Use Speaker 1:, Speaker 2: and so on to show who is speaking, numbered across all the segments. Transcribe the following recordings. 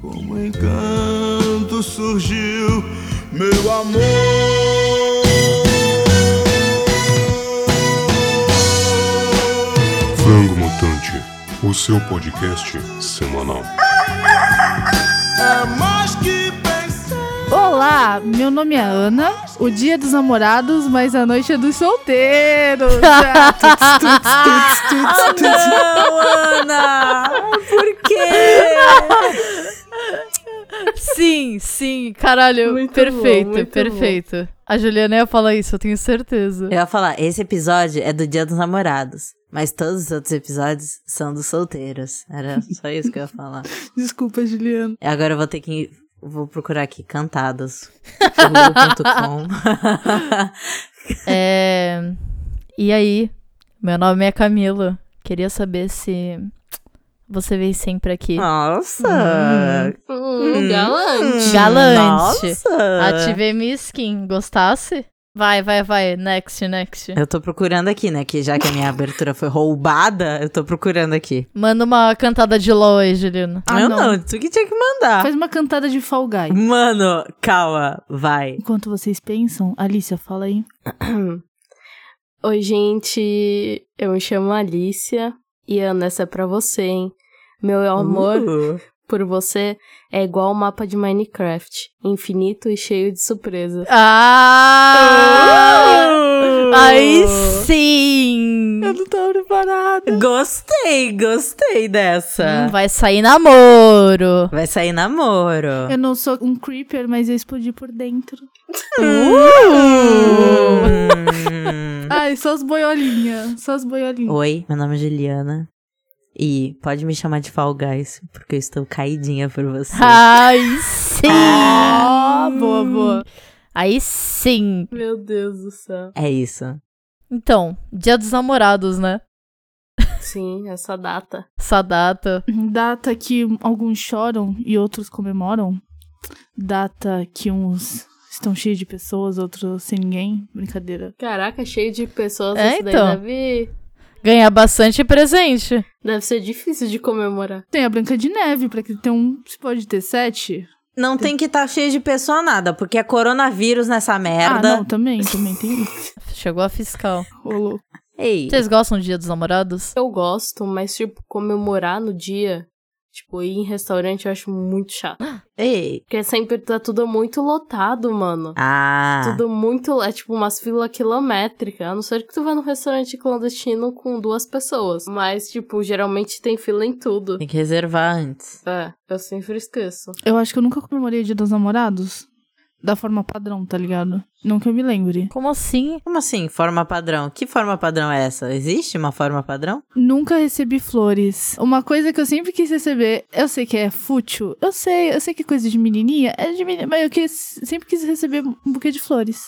Speaker 1: Como encanto surgiu meu amor.
Speaker 2: Frango Mutante, o seu podcast semanal.
Speaker 1: É mais que
Speaker 3: Olá, meu nome é Ana. O dia é dos namorados, mas a noite é dos solteiros.
Speaker 4: Ah, não, Ana! Por quê?
Speaker 3: Sim, sim, caralho,
Speaker 4: Muito
Speaker 3: perfeito,
Speaker 4: bom, muito
Speaker 3: perfeito. A Juliana ia falar isso, eu tenho certeza.
Speaker 4: Eu ia falar, esse episódio é do Dia dos Namorados, mas todos os outros episódios são dos solteiros. Era só isso que eu ia falar.
Speaker 5: Desculpa, Juliana.
Speaker 4: E agora eu vou ter que. Vou procurar aqui, cantadas. Google.com.
Speaker 3: É... E aí, meu nome é Camila. Queria saber se você vem sempre aqui.
Speaker 4: Nossa!
Speaker 3: Um
Speaker 5: Hum, galante.
Speaker 3: Galante.
Speaker 4: Nossa!
Speaker 3: Ativei minha skin, gostasse? Vai, vai, vai, next, next.
Speaker 4: Eu tô procurando aqui, né? Que já que a minha abertura foi roubada, eu tô procurando aqui.
Speaker 3: Manda uma cantada de LOL aí, Juliana.
Speaker 5: Ah,
Speaker 4: eu
Speaker 5: não.
Speaker 4: não. tu que tinha que mandar.
Speaker 5: Faz uma cantada de Fall Guy.
Speaker 4: Mano, calma, vai.
Speaker 5: Enquanto vocês pensam, Alicia, fala aí.
Speaker 6: Oi, gente. Eu me chamo Alicia. E Ana, essa é pra você, hein? Meu amor
Speaker 4: Uh,
Speaker 6: por você é igual o mapa de Minecraft infinito e cheio de surpresa.
Speaker 3: Ah! Aí sim!
Speaker 5: não tava preparada.
Speaker 4: Gostei, gostei dessa.
Speaker 3: Hum, vai sair namoro!
Speaker 4: Vai sair namoro.
Speaker 5: Eu não sou um creeper, mas eu explodi por dentro.
Speaker 4: Hum.
Speaker 5: Ai, só as boiolinhas. Só as boiolinhas.
Speaker 4: Oi, meu nome é Juliana. E pode me chamar de Fall Guys, porque eu estou caidinha por você.
Speaker 3: Aí sim! Ah. boa, boa. Aí sim!
Speaker 6: Meu Deus do céu.
Speaker 4: É isso.
Speaker 3: Então, dia dos namorados, né?
Speaker 6: Sim, essa data.
Speaker 3: Essa data.
Speaker 5: Data que alguns choram e outros comemoram. Data que uns estão cheios de pessoas, outros sem ninguém. Brincadeira.
Speaker 6: Caraca, cheio de pessoas.
Speaker 3: É,
Speaker 6: isso daí
Speaker 3: então.
Speaker 6: deve,
Speaker 3: Ganhar bastante presente.
Speaker 6: deve ser difícil de comemorar.
Speaker 5: Tem a Branca de Neve, pra que tem um. Se pode ter sete?
Speaker 4: Não tem que estar cheio de pessoa nada, porque é coronavírus nessa
Speaker 5: Ah,
Speaker 4: merda.
Speaker 5: não, também, também tem isso.
Speaker 3: Chegou a fiscal.
Speaker 5: Ô, louco.
Speaker 4: Ei,
Speaker 3: Vocês gostam do dia dos namorados?
Speaker 6: Eu gosto, mas, tipo, comemorar no dia, tipo, ir em restaurante eu acho muito chato.
Speaker 4: ei.
Speaker 6: Porque sempre tá tudo muito lotado, mano.
Speaker 4: Ah,
Speaker 6: Tudo muito. É tipo umas filas quilométricas. A não ser que tu vá num restaurante clandestino com duas pessoas. Mas, tipo, geralmente tem fila em tudo.
Speaker 4: tem que reservar antes.
Speaker 6: É, eu sempre esqueço.
Speaker 5: Eu acho que eu nunca comemorei o Dia dos Namorados da forma padrão, tá ligado? Não que eu me lembre.
Speaker 3: Como assim?
Speaker 4: Como assim, forma padrão? Que forma padrão é essa? Existe uma forma padrão?
Speaker 5: Nunca recebi flores. Uma coisa que eu sempre quis receber, eu sei que é fútil, eu sei, eu sei que é coisa de menininha, é de menina, mas eu quis- sempre quis receber um buquê de flores.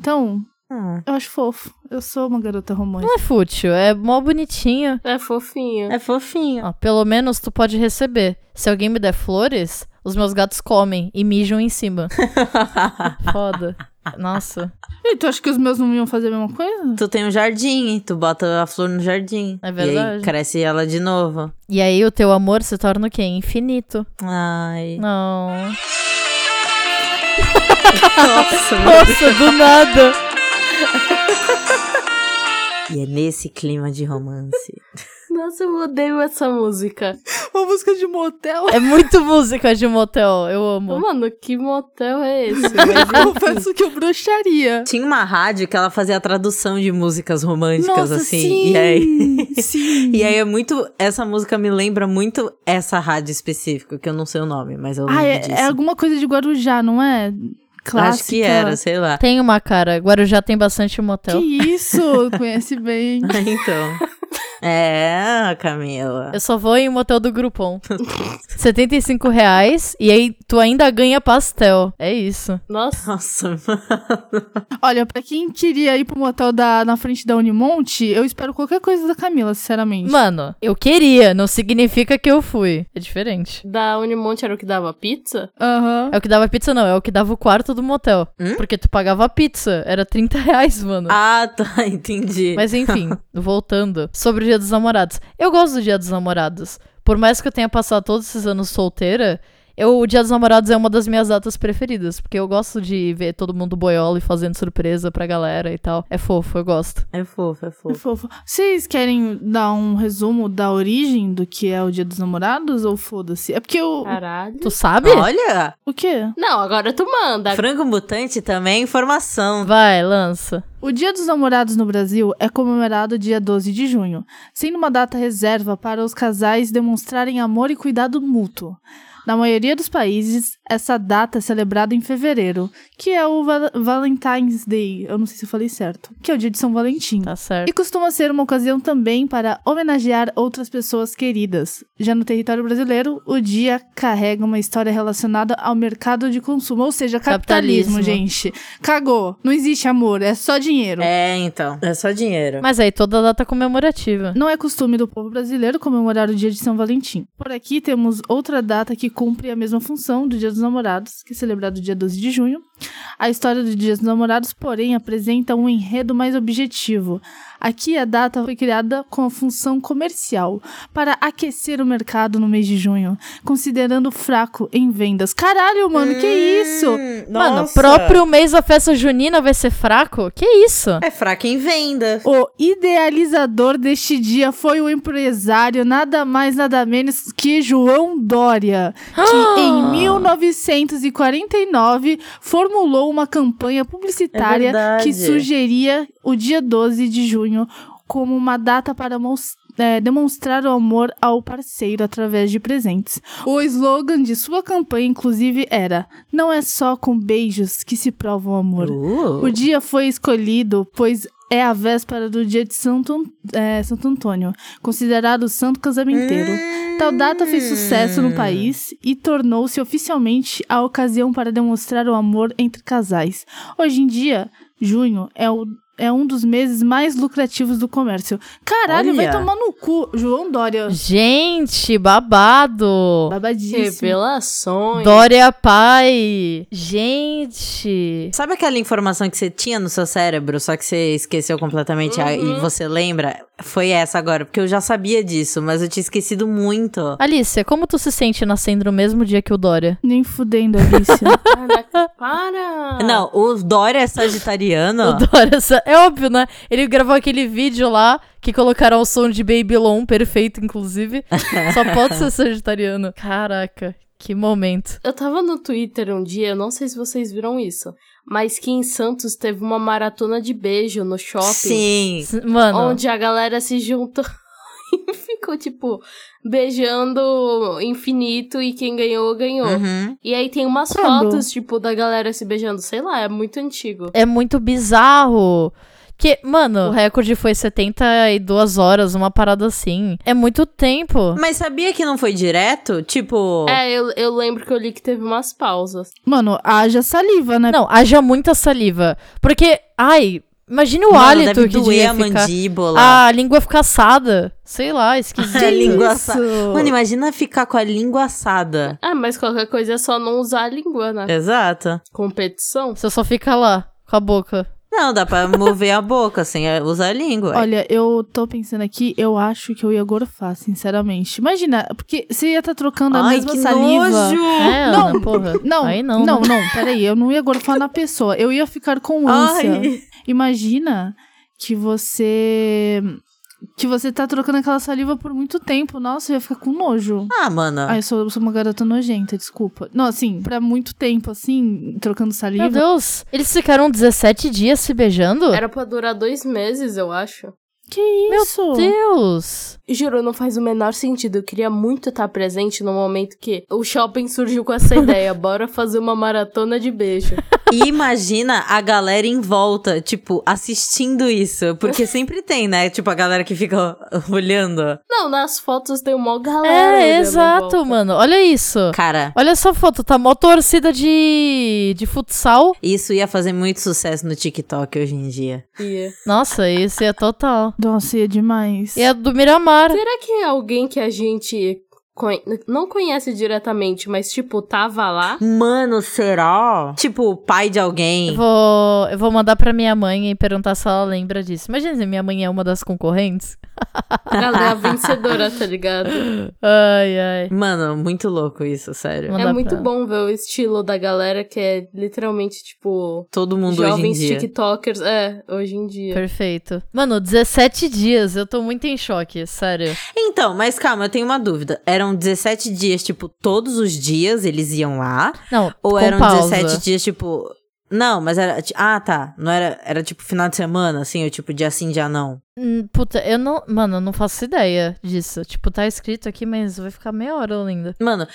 Speaker 5: Então,
Speaker 4: Hum,
Speaker 5: eu acho fofo. Eu sou uma garota romântica.
Speaker 3: Não é fútil, é mó bonitinho.
Speaker 6: É fofinho.
Speaker 4: é fofinho.
Speaker 3: Ah, pelo menos tu pode receber. Se alguém me der flores, os meus gatos comem e mijam em cima. Foda. Nossa,
Speaker 5: E tu acha que os meus não iam fazer a mesma coisa?
Speaker 4: Tu tem um jardim, tu bota a flor no jardim.
Speaker 3: é
Speaker 4: E aí
Speaker 3: verdade.
Speaker 4: cresce ela de novo.
Speaker 3: E aí o teu amor se torna o quê? Infinito.
Speaker 4: Ai.
Speaker 3: Não.
Speaker 4: Nossa, meu
Speaker 3: Nossa, do nada.
Speaker 4: E é nesse clima de romance.
Speaker 6: Nossa, eu odeio essa música.
Speaker 5: Uma música de motel?
Speaker 3: É muito música de motel, eu amo.
Speaker 6: Mano, que motel é esse? Mas,
Speaker 5: Confesso que eu broxaria.
Speaker 4: Tinha uma rádio que ela fazia a tradução de músicas românticas,
Speaker 5: Nossa,
Speaker 4: assim.
Speaker 5: sim,
Speaker 4: E aí.
Speaker 5: sim.
Speaker 4: E aí é muito. Essa música me lembra muito essa rádio específica, que eu não sei o nome, mas eu lembro
Speaker 5: Ah, é,
Speaker 4: disso.
Speaker 5: é alguma coisa de Guarujá, não é? Clássica.
Speaker 4: Acho que era, assim, então. sei lá.
Speaker 3: Tem uma cara, Guarujá tem bastante motel.
Speaker 5: Que isso, conhece bem.
Speaker 4: Então. É, Camila.
Speaker 3: Eu só vou em um motel do Groupon. R$ 75 reais e aí tu ainda ganha pastel. É isso.
Speaker 6: nossa,
Speaker 4: Nossa, mano.
Speaker 5: Olha, pra quem queria ir pro motel da, na frente da Unimonte, eu espero qualquer coisa da Camila, sinceramente.
Speaker 3: Mano, eu queria, não significa que eu fui. É diferente.
Speaker 6: da Unimonte era o que dava pizza?
Speaker 5: Aham.
Speaker 3: É o que dava pizza, não. É o que dava o quarto do motel.
Speaker 4: Hum?
Speaker 3: Porque tu pagava pizza. Era 30 reais, mano.
Speaker 4: Ah, tá, entendi.
Speaker 3: Mas enfim, voltando. Sobre o Dia dos Namorados. Eu gosto do Dia dos Namorados. Por mais que eu tenha passado todos esses anos solteira, Eu, o Dia dos Namorados é uma das minhas datas preferidas, porque eu gosto de ver todo mundo boiola e fazendo surpresa pra galera e tal. É fofo, eu gosto.
Speaker 4: É fofo, é
Speaker 5: É
Speaker 4: fofo.
Speaker 5: fofo. Vocês querem dar um resumo da origem do que é o Dia dos Namorados ou foda-se? É porque o.
Speaker 6: Caralho.
Speaker 3: Tu sabe?
Speaker 4: Olha!
Speaker 5: O quê?
Speaker 6: Não, agora tu manda.
Speaker 4: Frango mutante também é informação.
Speaker 3: Vai, lança.
Speaker 5: O Dia dos Namorados no Brasil é comemorado dia 12 de junho, sendo uma data reserva para os casais demonstrarem amor e cuidado mútuo. Na maioria dos países, essa data é celebrada em fevereiro, que é o Val- Valentine's Day, eu não sei se eu falei certo, que é o dia de São Valentim.
Speaker 3: Tá certo.
Speaker 5: E costuma ser uma ocasião também para homenagear outras pessoas queridas. Já no território brasileiro, o dia carrega uma história relacionada ao mercado de consumo, ou seja, capitalismo,
Speaker 3: Capitalismo.
Speaker 5: gente. Cagou. Não existe amor, é só dinheiro.
Speaker 4: É, então. É só dinheiro.
Speaker 3: Mas aí, toda data comemorativa.
Speaker 5: Não é costume do povo brasileiro comemorar o dia de São Valentim. Por aqui temos outra data que cumpre a mesma função do Dia dos Namorados, que é celebrado dia 12 de junho. A história do Dia dos Namorados, porém, apresenta um enredo mais objetivo. Aqui a data foi criada com a função comercial, para aquecer o mercado no mês de junho, considerando fraco em vendas. Caralho, mano, que isso?
Speaker 4: Hum,
Speaker 3: Mano,
Speaker 4: nossa.
Speaker 3: próprio mês da festa junina vai ser fraco? Que isso?
Speaker 4: É fraco em venda.
Speaker 5: O idealizador deste dia foi o empresário nada mais nada menos que João Dória, que em 1949 formulou uma campanha
Speaker 4: É
Speaker 5: publicitária
Speaker 4: verdade.
Speaker 5: que sugeria o dia 12 de junho como uma data para mos- é, demonstrar o amor ao parceiro através de presentes. O slogan de sua campanha, inclusive, era: Não é só com beijos que se prova o amor. O
Speaker 4: Uh,
Speaker 5: dia foi escolhido, pois é a véspera do dia de Santo, An- é, Santo Antônio, considerado o santo casamenteiro. Tal data fez sucesso
Speaker 4: Hum.
Speaker 5: no país e tornou-se oficialmente a ocasião para demonstrar o amor entre casais. Hoje em dia, junho é o é um dos meses mais lucrativos do comércio. Caralho, vai
Speaker 4: Olha.
Speaker 5: tomar no cu, João Dória.
Speaker 3: Gente, babado!
Speaker 5: Babadíssimo.
Speaker 6: Revelações.
Speaker 3: Dória Pai! Gente!
Speaker 4: Sabe aquela informação que você tinha no seu cérebro, só que você esqueceu completamente aí e você lembra? Foi essa agora, porque eu já sabia disso, mas eu tinha esquecido muito.
Speaker 3: Alice, como tu se sente nascendo no mesmo dia que o Dória?
Speaker 5: Nem fudendo, Alicia.
Speaker 6: Caraca, para.
Speaker 4: Não, o Dória é sagitariano.
Speaker 3: O Dória, sa- é óbvio, né? Ele gravou aquele vídeo lá que colocaram o som de Babylon, perfeito, inclusive. Só pode ser sagitariano. Caraca, que momento.
Speaker 6: Eu tava no Twitter um dia, eu não sei se vocês viram isso, mas que em Santos teve uma maratona de beijo no
Speaker 4: é
Speaker 6: shopping.
Speaker 4: Sim.
Speaker 3: S- Mano,
Speaker 6: Onde a galera se juntou e ficou, tipo, beijando infinito e quem ganhou, ganhou.
Speaker 4: Uhum.
Speaker 6: E aí tem umas
Speaker 5: Quando?
Speaker 6: fotos, tipo, da galera se beijando. Sei lá, é muito antigo.
Speaker 3: é muito bizarro. Que, mano, o recorde foi 72 horas, uma parada assim. É muito tempo.
Speaker 4: Mas sabia que não foi direto? Tipo.
Speaker 6: É, eu, eu lembro que eu li que teve umas pausas.
Speaker 5: Mano, haja saliva, né?
Speaker 3: Não, haja muita saliva. Porque, ai, imagine o
Speaker 4: mano,
Speaker 3: hálito
Speaker 4: deve
Speaker 3: que
Speaker 4: doer
Speaker 3: devia
Speaker 4: a
Speaker 3: ficar.
Speaker 4: mandíbula.
Speaker 3: Ah, A língua fica assada. Sei lá, esquisito.
Speaker 4: a língua
Speaker 5: isso?
Speaker 4: assada. Mano, imagina ficar com a língua assada.
Speaker 6: Ah, mas qualquer coisa é só não usar a língua,
Speaker 4: É.
Speaker 6: né?
Speaker 4: Exato.
Speaker 6: Competição.
Speaker 3: Você só fica lá, com a boca.
Speaker 4: Não, dá pra mover a boca sem é, usar a língua.
Speaker 5: Olha, eu tô pensando aqui, eu acho que eu ia gorfar, sinceramente. Imagina, porque você ia estar trocando a
Speaker 4: Ai,
Speaker 5: mesma
Speaker 4: que
Speaker 5: saliva.
Speaker 4: nojo!
Speaker 3: É,
Speaker 5: Não,
Speaker 3: Ana, porra.
Speaker 5: Não,
Speaker 3: Aí não.
Speaker 5: não,
Speaker 3: né?
Speaker 5: não, peraí, eu não ia gorfar na pessoa, eu ia ficar com ânsia.
Speaker 4: Ai.
Speaker 5: Imagina que você que você tá trocando aquela saliva por muito tempo, nossa, eu ia ficar com nojo.
Speaker 4: Ah, mano.
Speaker 5: Ah, eu sou, eu sou uma garota nojenta, desculpa. Não, assim, pra muito tempo, assim, trocando
Speaker 3: Meu
Speaker 5: saliva.
Speaker 3: Deus. Eles ficaram 17 dias se beijando?
Speaker 6: Era pra durar dois meses, eu acho.
Speaker 5: Que
Speaker 3: Meu
Speaker 5: isso?
Speaker 3: Deus.
Speaker 6: Juro, não faz o menor sentido. Eu queria muito estar presente no momento que o shopping surgiu com essa ideia. Bora fazer uma maratona de beijo.
Speaker 4: E imagina a galera em volta, tipo, assistindo isso. Porque sempre tem, né? Tipo, a galera que fica olhando.
Speaker 6: Não, nas fotos tem uma galera. né?
Speaker 3: É,
Speaker 6: olhando em
Speaker 3: exato,
Speaker 6: volta.
Speaker 3: mano. Olha isso.
Speaker 4: Cara,
Speaker 3: Olha essa foto, tá mó torcida de, de futsal.
Speaker 4: isso ia fazer muito sucesso no TikTok hoje em dia.
Speaker 6: E-
Speaker 3: Nossa, isso é total.
Speaker 5: Nossa, ia demais.
Speaker 3: E a do Miramar.
Speaker 6: é Será que é alguém que a gente conhe- não conhece diretamente, mas tipo, tava lá.
Speaker 4: Mano, será? Tipo, o pai de alguém.
Speaker 3: Eu vou, eu vou mandar pra minha mãe e perguntar se ela lembra disso. Imagina se minha mãe é uma das concorrentes.
Speaker 6: Ela é a vencedora, tá ligado?
Speaker 3: Ai, ai.
Speaker 4: Mano, muito louco isso, sério.
Speaker 3: Mano.
Speaker 6: é
Speaker 3: Mandar
Speaker 6: muito
Speaker 3: pra ela.
Speaker 6: bom ver o estilo da galera que é literalmente, tipo,
Speaker 4: Todo mundo hoje em
Speaker 6: jovens
Speaker 4: dia.
Speaker 6: TikTokers. É, hoje em dia.
Speaker 3: Perfeito. Mano, 17 dias. Eu tô muito em choque, sério.
Speaker 4: Então, mas calma, eu tenho uma dúvida. Eram 17 dias, tipo, todos os dias eles iam lá?
Speaker 3: Não,
Speaker 4: Ou
Speaker 3: com
Speaker 4: eram
Speaker 3: pausa.
Speaker 4: 17 dias, tipo. Não, mas era. ti- Ah, tá. Não era. Era tipo final de semana, assim, ou tipo dia sim, dia não.
Speaker 3: Hum, Puta, eu não. Mano, eu não faço ideia disso. Tipo, tá escrito aqui, mas vai ficar meia hora ainda.
Speaker 4: Mano,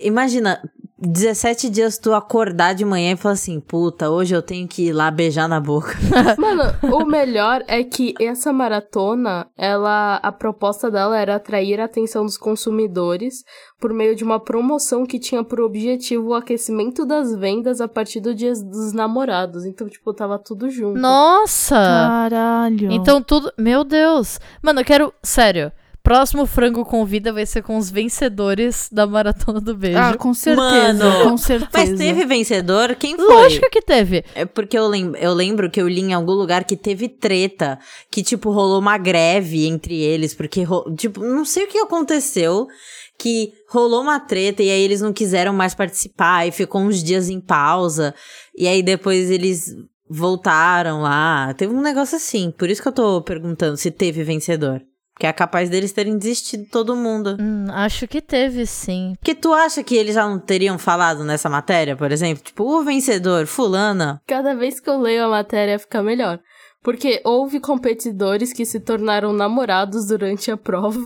Speaker 4: imagina, 17 dias tu acordar de manhã e falar assim, puta, hoje eu tenho que ir lá beijar na boca.
Speaker 6: Mano, o melhor é que essa maratona, ela, a proposta dela era atrair a atenção dos consumidores por meio de uma promoção que tinha por objetivo o aquecimento das vendas a partir do dia dos namorados. Então, tipo, tava tudo junto.
Speaker 3: Nossa!
Speaker 5: Caralho.
Speaker 3: Então tudo. Meu Deus! Mano, eu quero. Sério. Próximo frango convida vai ser com os vencedores da maratona do beijo.
Speaker 5: Ah, com certeza,
Speaker 4: Mano,
Speaker 5: com certeza.
Speaker 4: Mas teve vencedor? Quem foi?
Speaker 3: é. Lógico que teve.
Speaker 4: É porque eu, lem eu lembro que eu li em algum lugar que teve treta, que, tipo, rolou uma greve entre eles, porque, ro- tipo, não sei o que aconteceu, que rolou uma treta e aí eles não quiseram mais participar e ficou uns dias em pausa, e aí depois eles voltaram lá. Teve um negócio assim, por isso que eu tô perguntando se teve vencedor. Porque é capaz deles terem desistido todo mundo.
Speaker 3: Hum, acho que teve, sim.
Speaker 4: Porque tu acha que eles já não teriam falado nessa matéria, por exemplo? Tipo, o vencedor, fulana,
Speaker 6: Cada vez que eu leio a matéria fica melhor. Porque houve competidores que se tornaram namorados durante a prova.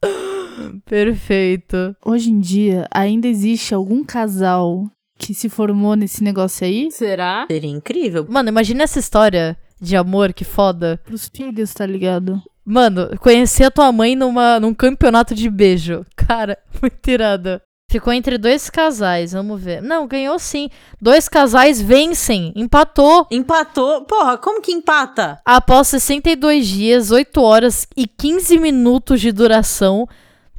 Speaker 3: Perfeito.
Speaker 5: Hoje em dia, ainda existe algum casal que se formou nesse negócio aí?
Speaker 6: Será?
Speaker 4: Seria incrível.
Speaker 3: Mano, imagina essa história de amor, que foda.
Speaker 5: Pros filhos, tá ligado?
Speaker 3: Mano, conheci a tua mãe numa, num campeonato de beijo. Cara, muito irada. Ficou entre dois casais, vamos ver. Não, ganhou sim. Dois casais vencem, empatou.
Speaker 4: Empatou. Porra, como que empata?
Speaker 3: Após 62 dias, 8 horas e 15 minutos de duração,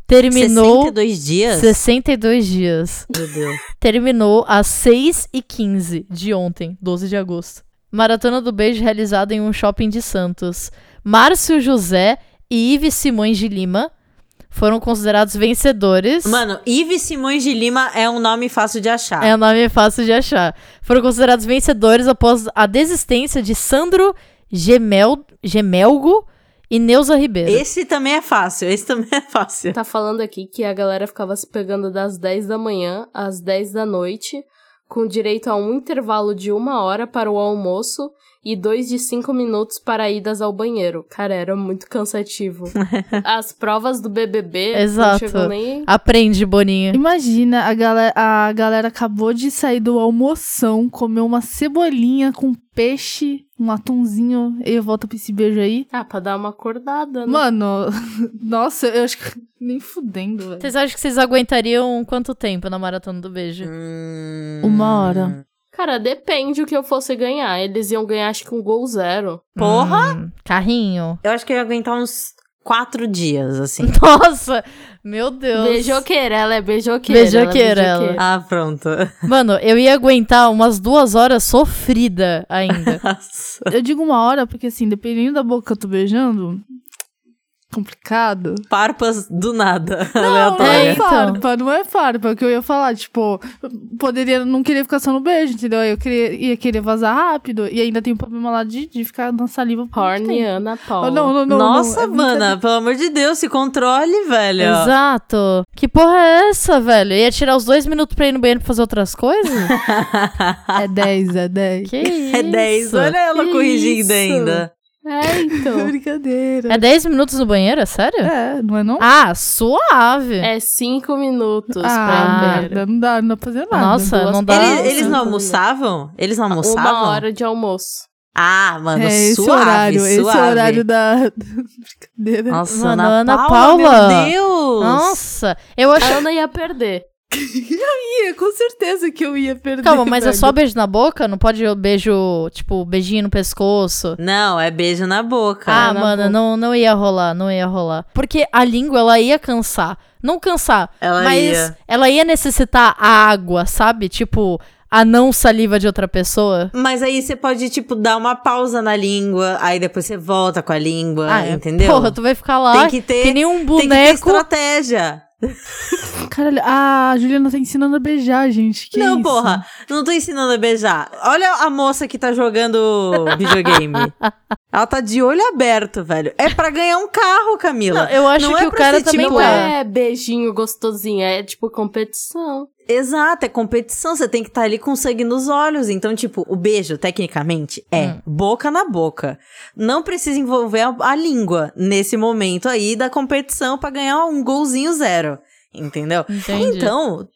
Speaker 3: terminou
Speaker 4: 62 dias?
Speaker 3: 62 dias.
Speaker 4: Meu Deus.
Speaker 3: terminou às 6h15 de ontem, 12 de agosto. Maratona do Beijo realizada em um shopping de Santos. Márcio José e Ives Simões de Lima foram considerados vencedores.
Speaker 4: Mano, Ives Simões de Lima é um nome fácil de achar.
Speaker 3: É o nome fácil de achar. Foram considerados vencedores após a desistência de Sandro Gemel... Gemelgo e Neuza Ribeiro.
Speaker 4: Esse também é fácil, esse também é fácil.
Speaker 6: Tá falando aqui que a galera ficava se pegando das 10 da manhã às 10 da noite, com direito a um intervalo de uma hora para o almoço e dois de cinco minutos para idas ao banheiro. Cara, era muito cansativo. As provas do BBB não
Speaker 3: Exato.
Speaker 6: chegam nem...
Speaker 3: Aprende, Boninho.
Speaker 5: Imagina, a, gala- a galera acabou de sair do almoção, comeu uma cebolinha com peixe, um atumzinho, e eu volto pra esse beijo aí.
Speaker 6: Ah, pra dar uma acordada, né?
Speaker 5: Mano, nossa, eu acho que nem fudendo, velho.
Speaker 3: Vocês acham que vocês aguentariam quanto tempo na Maratona do Beijo?
Speaker 4: Hum,
Speaker 5: Uma hora.
Speaker 6: Cara, depende o que eu fosse ganhar. Eles iam ganhar, acho que um gol zero.
Speaker 4: Porra!
Speaker 3: Hum, carrinho.
Speaker 4: Eu acho que eu ia aguentar uns quatro dias, assim.
Speaker 3: Nossa, meu Deus.
Speaker 6: Beijoqueira, ela é beijoqueira.
Speaker 3: Beijoqueira,
Speaker 6: ela. é
Speaker 3: ela.
Speaker 6: beijoqueira.
Speaker 4: ah, pronto.
Speaker 3: Mano, eu ia aguentar umas duas horas sofrida ainda.
Speaker 4: Nossa.
Speaker 5: Eu digo uma hora, porque assim, dependendo da boca que eu tô beijando, complicado.
Speaker 4: Farpas do nada.
Speaker 5: Não, não
Speaker 3: É,
Speaker 5: é
Speaker 3: então.
Speaker 5: farpa, não é farpa, é o que eu ia falar, tipo, poderia não querer ficar só no beijo, entendeu? Eu queria, ia querer vazar rápido, e ainda tem o problema lá de, de ficar na saliva. por muito
Speaker 6: Horny
Speaker 5: tempo.
Speaker 6: Ana Paula.
Speaker 5: Oh, Ah, não, não, não.
Speaker 4: Nossa,
Speaker 5: não, é
Speaker 4: mana, pelo amor de Deus, se controle, velho.
Speaker 3: Exato. Que porra é essa, velho? Ia tirar os dois minutos pra ir no banheiro pra fazer outras coisas?
Speaker 5: brincadeira. É 10, é 10.
Speaker 3: Que isso?
Speaker 4: É 10, olha ela
Speaker 6: Que
Speaker 4: corrigindo
Speaker 6: isso?
Speaker 4: ainda.
Speaker 6: É,
Speaker 5: É
Speaker 6: então.
Speaker 5: brincadeira.
Speaker 3: É 10 minutos no banheiro? É sério?
Speaker 5: É, não é não?
Speaker 3: Ah, suave.
Speaker 6: É cinco minutos
Speaker 5: Ah,
Speaker 6: pra ir.
Speaker 5: merda, não dá, não dá pra fazer nada.
Speaker 3: Nossa,
Speaker 6: duas
Speaker 3: não dá.
Speaker 6: Nossa.
Speaker 4: Eles, eles
Speaker 5: um
Speaker 4: não almoçavam? Eles não almoçavam?
Speaker 6: Uma hora de almoço.
Speaker 4: Ah, mano,
Speaker 5: É esse
Speaker 4: suave,
Speaker 5: horário,
Speaker 4: suave.
Speaker 5: esse horário da brincadeira.
Speaker 4: Nossa,
Speaker 3: Mano,
Speaker 4: Ana,
Speaker 3: Ana
Speaker 4: Paula, meu
Speaker 3: Paula.
Speaker 4: Deus!
Speaker 3: Nossa, eu acho.
Speaker 6: A Ana ia perder.
Speaker 5: Eu ia, é com certeza que eu ia perder.
Speaker 3: Calma, mas é
Speaker 5: velho.
Speaker 3: só beijo na boca? Não pode beijo, tipo, beijinho no pescoço?
Speaker 4: Não, é beijo na boca.
Speaker 3: Ah,
Speaker 5: Tá na
Speaker 3: mano,
Speaker 5: boca.
Speaker 3: não, não ia rolar, não ia rolar. Porque a língua, ela ia cansar. Não cansar,
Speaker 4: Ela
Speaker 3: mas
Speaker 4: ia.
Speaker 3: ela ia necessitar a água, sabe? Tipo, a não saliva de outra pessoa.
Speaker 4: Mas aí você pode, tipo, dar uma pausa na língua, aí depois você volta com a língua,
Speaker 3: é.
Speaker 4: Ah, entendeu?
Speaker 3: Porra, tu vai ficar lá
Speaker 4: Tem que ter-
Speaker 3: nem um
Speaker 4: Tem que ter
Speaker 3: boneco.
Speaker 4: estratégia.
Speaker 5: Caralho, a Juliana tá ensinando a beijar, gente. que
Speaker 4: não,
Speaker 5: isso?
Speaker 4: porra, não tô ensinando a beijar. Olha a moça que tá jogando videogame. Ela tá de olho aberto, velho. É pra ganhar um carro, Camila.
Speaker 3: Não, eu acho
Speaker 4: Não é
Speaker 3: que o
Speaker 4: pra
Speaker 3: cara
Speaker 4: ser,
Speaker 3: também
Speaker 4: tipo,
Speaker 6: Não
Speaker 3: tá.
Speaker 6: é beijinho gostosinho, é tipo competição.
Speaker 4: Exato, é competição. Você tem que estar ali com sangue nos olhos. Então, tipo, o beijo, tecnicamente, é
Speaker 5: Hum.
Speaker 4: boca na boca. Não precisa envolver a, a língua nesse momento aí da competição pra ganhar um golzinho zero. Entendeu?
Speaker 3: Entendi.
Speaker 4: Então,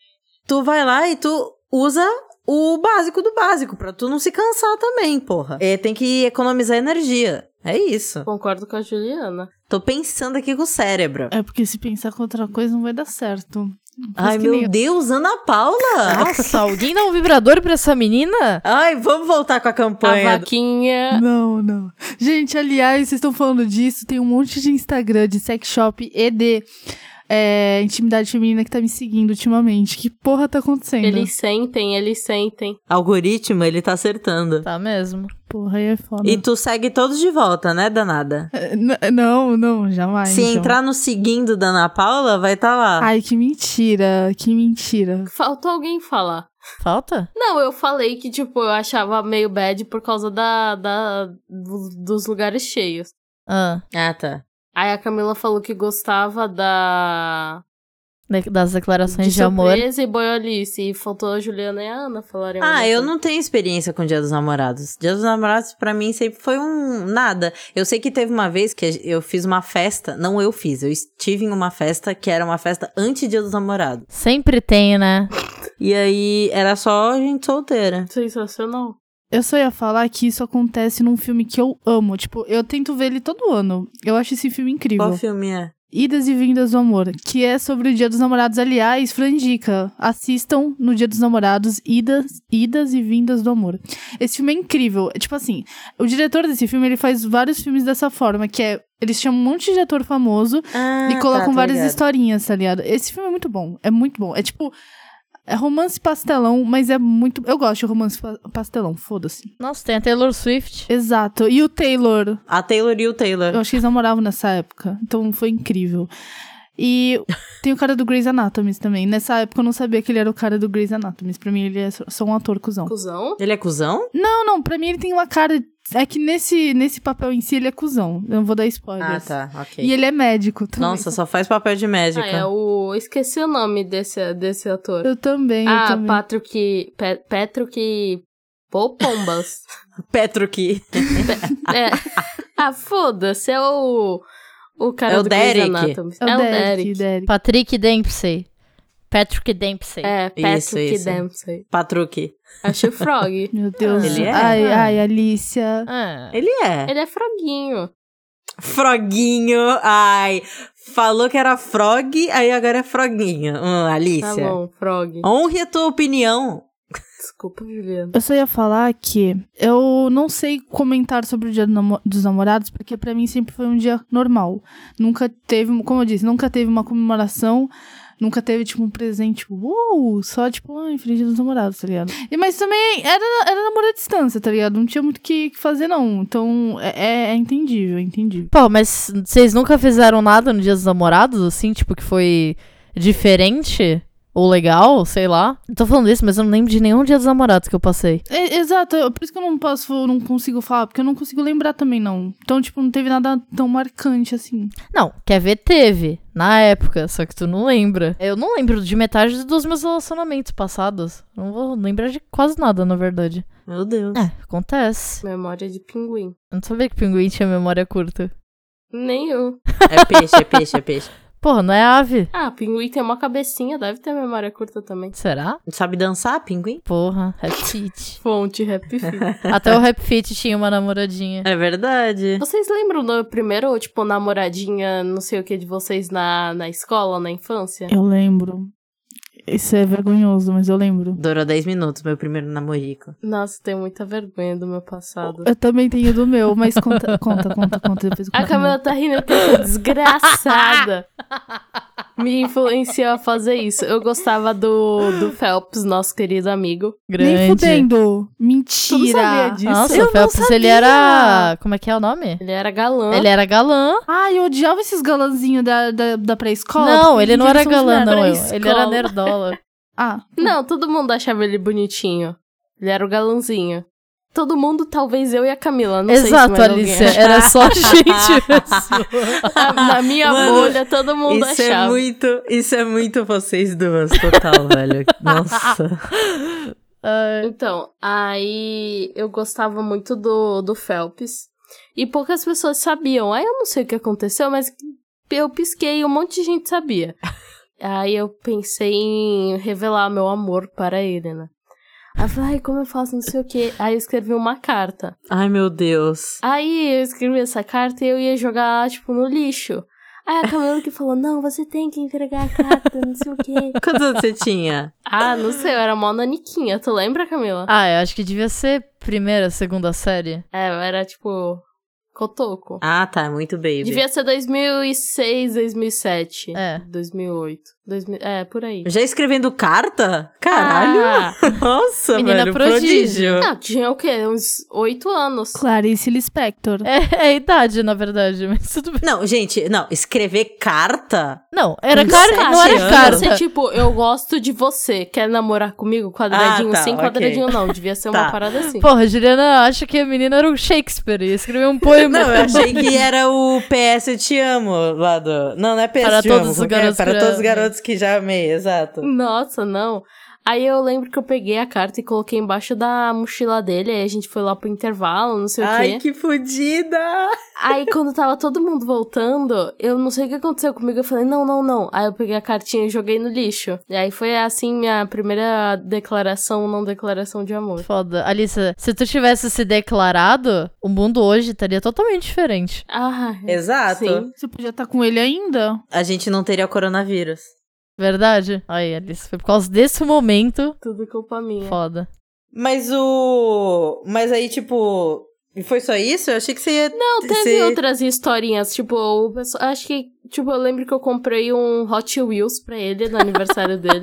Speaker 4: tu vai lá e tu usa o básico do básico pra tu não se cansar também, porra. É, tem que economizar energia. É isso.
Speaker 6: Concordo com a Juliana.
Speaker 4: Tô pensando aqui com o cérebro.
Speaker 5: É porque se pensar com outra coisa não vai dar certo. Faz
Speaker 4: Ai,
Speaker 5: que nem
Speaker 4: meu
Speaker 5: eu.
Speaker 4: Deus, Ana Paula!
Speaker 3: Nossa, alguém dá um vibrador pra essa menina?
Speaker 4: Ai, vamos voltar com a
Speaker 6: A
Speaker 4: campanha
Speaker 6: vaquinha.
Speaker 5: Não, não. Gente, aliás, vocês estão falando disso, tem um monte de Instagram de sex shop e de é, intimidade feminina que tá me seguindo ultimamente. Que porra tá acontecendo?
Speaker 6: Eles sentem, eles sentem.
Speaker 4: algoritmo, ele tá acertando.
Speaker 3: Tá mesmo.
Speaker 5: Porra, aí é foda.
Speaker 4: E tu segue todos de volta, né, danada?
Speaker 5: É, n- Não, não, jamais.
Speaker 4: Se
Speaker 5: então.
Speaker 4: entrar no seguindo da Ana Paula, vai tá lá.
Speaker 5: Ai, que mentira, que mentira.
Speaker 6: Faltou alguém falar.
Speaker 3: Falta?
Speaker 6: Não, eu falei que, tipo, eu achava meio bad por causa da, da do- dos lugares cheios.
Speaker 3: Ah,
Speaker 4: Ah, tá.
Speaker 6: Aí a Camila falou que gostava da.
Speaker 3: de- das declarações de,
Speaker 6: de
Speaker 3: amor.
Speaker 6: surpresa e boiolice. E faltou a Juliana e a Ana falarem.
Speaker 4: Ah,
Speaker 6: alguma
Speaker 4: eu
Speaker 6: coisa.
Speaker 4: não tenho experiência com o Dia dos Namorados. Dia dos Namorados, pra mim, sempre foi um nada. Eu sei que teve uma vez que eu fiz uma festa. Não eu fiz, eu estive em uma festa que era uma festa anti-Dia dos Namorados.
Speaker 3: Sempre tem, né?
Speaker 4: E aí era só gente solteira.
Speaker 6: Sensacional.
Speaker 5: Eu só ia falar que isso acontece num filme que eu amo. Tipo, eu tento ver ele todo ano. Eu acho esse filme incrível.
Speaker 4: Qual filme é?
Speaker 5: Idas e Vindas do Amor, que é sobre o Dia dos Namorados. Aliás, Frandica, assistam no Dia dos Namorados Idas, Idas e Vindas do Amor. Esse filme é incrível. É, Tipo assim, o diretor desse filme, ele faz vários filmes dessa forma, que é... Eles chamam um monte de ator famoso
Speaker 4: Ah,
Speaker 5: e colocam
Speaker 4: tá, tô
Speaker 5: várias
Speaker 4: ligada.
Speaker 5: historinhas, tá ligado? Esse filme é muito bom, é muito bom. É tipo... É romance pastelão, mas é muito... Eu gosto de romance pa- pastelão, foda-se.
Speaker 3: Nossa, tem a Taylor Swift.
Speaker 5: Exato. E o Taylor,
Speaker 4: A Taylor e o Taylor.
Speaker 5: eu acho que eles namoravam nessa época. Então foi incrível. E tem o cara do Grey's Anatomy também. Nessa época eu não sabia que ele era o cara do Grey's Anatomy. Pra mim ele é só só um ator cuzão.
Speaker 6: Cusão?
Speaker 4: Ele é cuzão?
Speaker 5: Não, não, pra mim ele tem uma cara. É que nesse, nesse papel em si ele é cuzão. Eu não vou dar
Speaker 4: Ah,
Speaker 5: spoilers.
Speaker 4: tá, ok.
Speaker 5: E ele é médico também.
Speaker 4: Nossa, só faz papel de médica.
Speaker 6: Ah, é o. Esqueci o nome desse, desse ator.
Speaker 5: Eu também. eu
Speaker 6: ah,
Speaker 5: também.
Speaker 6: Patrick. Pe Patrick. Pô, pombas.
Speaker 4: Petro que
Speaker 6: É. Ah, foda-se, é o. O cara
Speaker 4: É o
Speaker 6: do Grey's
Speaker 4: Derek.
Speaker 6: Anatomy.
Speaker 5: É o Derek. Derek.
Speaker 3: Patrick Dempsey. Patrick Dempsey.
Speaker 6: É,
Speaker 4: Isso,
Speaker 6: Patrick
Speaker 4: isso.
Speaker 6: Dempsey.
Speaker 4: Patruque.
Speaker 6: Acho o Frog.
Speaker 5: Meu Deus.
Speaker 4: Ele é?
Speaker 5: Ai,
Speaker 3: Ah.
Speaker 5: ai, Alicia.
Speaker 3: Ah.
Speaker 4: Ele é.
Speaker 6: Ele é froguinho.
Speaker 4: Froguinho. Ai. Falou que era frog, aí agora é froguinho. Hum,
Speaker 6: Tá
Speaker 4: Alicia.
Speaker 6: bom, Frog.
Speaker 4: Honre a tua opinião.
Speaker 6: Desculpa, Juliana.
Speaker 5: Eu só ia falar que eu não sei comentar sobre o dia do namo- dos namorados, porque pra mim sempre foi um dia normal. Nunca teve, como eu disse, nunca teve uma comemoração, nunca teve, tipo, um presente, uou, só, tipo, ai, feliz dia dos namorados, tá ligado? E, mas também era, era namoro à distância, tá ligado? Não tinha muito o que, que fazer, não. Então, é, é- é entendível, é entendível.
Speaker 3: Pô, mas vocês nunca fizeram nada no Dia dos Namorados, assim, tipo, que foi diferente ou legal, sei lá. Eu Tô falando isso, mas eu não lembro de nenhum Dia dos Namorados que eu passei.
Speaker 5: É, exato, eu- por isso que eu não posso, não consigo falar, porque eu não consigo lembrar também, não. Então, tipo, não teve nada tão marcante, assim.
Speaker 3: Não, quer ver, teve, na época, só que tu não lembra. Eu não lembro de metade dos meus relacionamentos passados. Não vou lembrar de quase nada, na verdade.
Speaker 4: Meu Deus.
Speaker 3: É, acontece.
Speaker 6: Memória de pinguim.
Speaker 3: Eu não sabia que pinguim tinha memória curta.
Speaker 6: Nem eu.
Speaker 4: É peixe, é peixe, é peixe.
Speaker 3: Porra, não é ave.
Speaker 6: Ah, pinguim tem uma cabecinha, deve ter memória curta também.
Speaker 3: Será?
Speaker 4: Sabe dançar, pinguim?
Speaker 3: Porra, rap fit.
Speaker 6: Fonte Rap Fit.
Speaker 3: Até o rap fit tinha uma namoradinha.
Speaker 4: É verdade.
Speaker 6: Vocês lembram do primeiro, tipo, namoradinha, não sei o que, de vocês na, na escola, na infância?
Speaker 5: Eu lembro. Isso é vergonhoso, mas eu lembro.
Speaker 4: Durou 10 minutos, meu primeiro namorico.
Speaker 6: Nossa, tenho muita vergonha do meu passado.
Speaker 5: Eu também tenho do meu, mas conta, conta, conta, conta. Depois eu
Speaker 6: A
Speaker 5: conto
Speaker 6: Camila tá rindo porque essa desgraçada me influenciou a fazer isso. Eu gostava do, do Phelps, nosso querido amigo.
Speaker 5: meu. Nem
Speaker 3: Grande.
Speaker 5: fudendo. Mentira.
Speaker 6: Tu não sabia disso?
Speaker 3: Nossa,
Speaker 6: Eu
Speaker 3: o
Speaker 6: não
Speaker 3: Phelps, ele
Speaker 6: sabia.
Speaker 3: era. Como é que é o nome?
Speaker 6: Ele era galã.
Speaker 3: Ele era galã.
Speaker 5: Ai, eu odiava esses galãzinhos da, da, da pré-escola.
Speaker 3: não,
Speaker 5: porque
Speaker 3: ele não
Speaker 5: eles
Speaker 3: era
Speaker 5: são de
Speaker 3: galã,
Speaker 5: merda.
Speaker 3: não.
Speaker 6: pra
Speaker 3: eu- Ele era
Speaker 6: escola.
Speaker 3: nerdola.
Speaker 5: Ah,
Speaker 6: Não, todo mundo achava ele bonitinho. Ele era o galãzinho. Todo mundo, talvez eu e a Camila, não
Speaker 3: Exato,
Speaker 6: sei se mais
Speaker 3: Alice. É
Speaker 6: alguém
Speaker 3: Era só gente.
Speaker 6: achava. Na minha
Speaker 4: Mano,
Speaker 6: bolha, todo mundo
Speaker 4: Isso é,
Speaker 6: achava.
Speaker 4: muito, isso é muito vocês duas, total, velho. Nossa.
Speaker 3: Ah,
Speaker 6: Então, aí eu gostava muito do, do Phelps. E poucas pessoas sabiam. Aí eu não sei o que aconteceu, mas eu pisquei e um monte de gente sabia. Aí eu pensei em revelar meu amor para ele, né? Aí eu falei, ai, como eu faço, não sei o quê. Aí eu escrevi uma carta.
Speaker 4: Ai, meu Deus.
Speaker 6: Aí eu escrevi essa carta e eu ia jogar, tipo, no lixo. Aí a Camila que falou, não, você tem que entregar a carta, não sei o quê.
Speaker 4: Quantos anos você tinha?
Speaker 6: Ah, não sei, eu era mó naniquinha, tu lembra, Camila?
Speaker 3: ah, eu acho que devia ser primeira, segunda série.
Speaker 6: É, eu era, tipo, cotoco.
Speaker 4: Ah, tá, muito baby.
Speaker 6: Devia ser 2006, 2007.
Speaker 3: É.
Speaker 6: 2008. 2000, é, por aí.
Speaker 4: Já escrevendo carta? Caralho.
Speaker 6: Ah,
Speaker 4: Nossa,
Speaker 3: Menina
Speaker 4: velho, Uhum.
Speaker 3: prodígio.
Speaker 6: não, tinha o quê? Uns oito anos.
Speaker 5: Clarice Lispector.
Speaker 3: É, é a idade, na verdade, mas tudo bem.
Speaker 4: Não, gente, não, escrever carta?
Speaker 3: Não, era
Speaker 6: Hum,
Speaker 4: Com
Speaker 3: cara, não era
Speaker 4: sete
Speaker 3: carta.
Speaker 6: Você, tipo, eu gosto de você, quer namorar comigo? Quadradinho
Speaker 4: Ah, tá,
Speaker 6: sem
Speaker 4: ok.
Speaker 6: quadradinho não, devia ser uma
Speaker 4: Tá.
Speaker 6: parada assim.
Speaker 3: Porra, Juliana acha que a menina era o Shakespeare e escreveu um poema.
Speaker 4: Não, eu achei que era o PS Eu Te Amo lá do. Não, não é PS
Speaker 3: Para
Speaker 4: Eu Te
Speaker 3: todos
Speaker 4: Amo.
Speaker 3: os
Speaker 4: como que é?
Speaker 3: garotos
Speaker 4: para
Speaker 3: que
Speaker 4: todos
Speaker 3: já
Speaker 4: os garotos que já amei, exato.
Speaker 6: Nossa, não. Aí eu lembro que eu peguei a carta e coloquei embaixo da mochila dele, aí a gente foi lá pro intervalo, não sei o
Speaker 4: Ai,
Speaker 6: quê.
Speaker 4: que fodida!
Speaker 6: Aí quando tava todo mundo voltando, eu não sei o que aconteceu comigo, eu falei, não, não, não. Aí eu peguei a cartinha e joguei no lixo. E aí foi assim minha primeira declaração, não declaração de amor.
Speaker 3: Foda. Alissa, se tu tivesse se declarado, o mundo hoje estaria totalmente diferente.
Speaker 6: Ah,
Speaker 4: Exato.
Speaker 6: Sim.
Speaker 5: Você podia estar com ele ainda?
Speaker 4: A gente não teria coronavírus.
Speaker 3: Verdade? Aí, Alice, foi por causa desse momento.
Speaker 6: tudo culpa minha.
Speaker 3: Foda.
Speaker 4: Mas o. Mas aí, tipo. Foi só isso? Eu achei que você ia.
Speaker 6: Não, teve
Speaker 4: Você-
Speaker 6: outras historinhas, tipo, o pessoal- acho que, tipo, eu lembro que eu comprei um Hot Wheels pra ele no aniversário dele.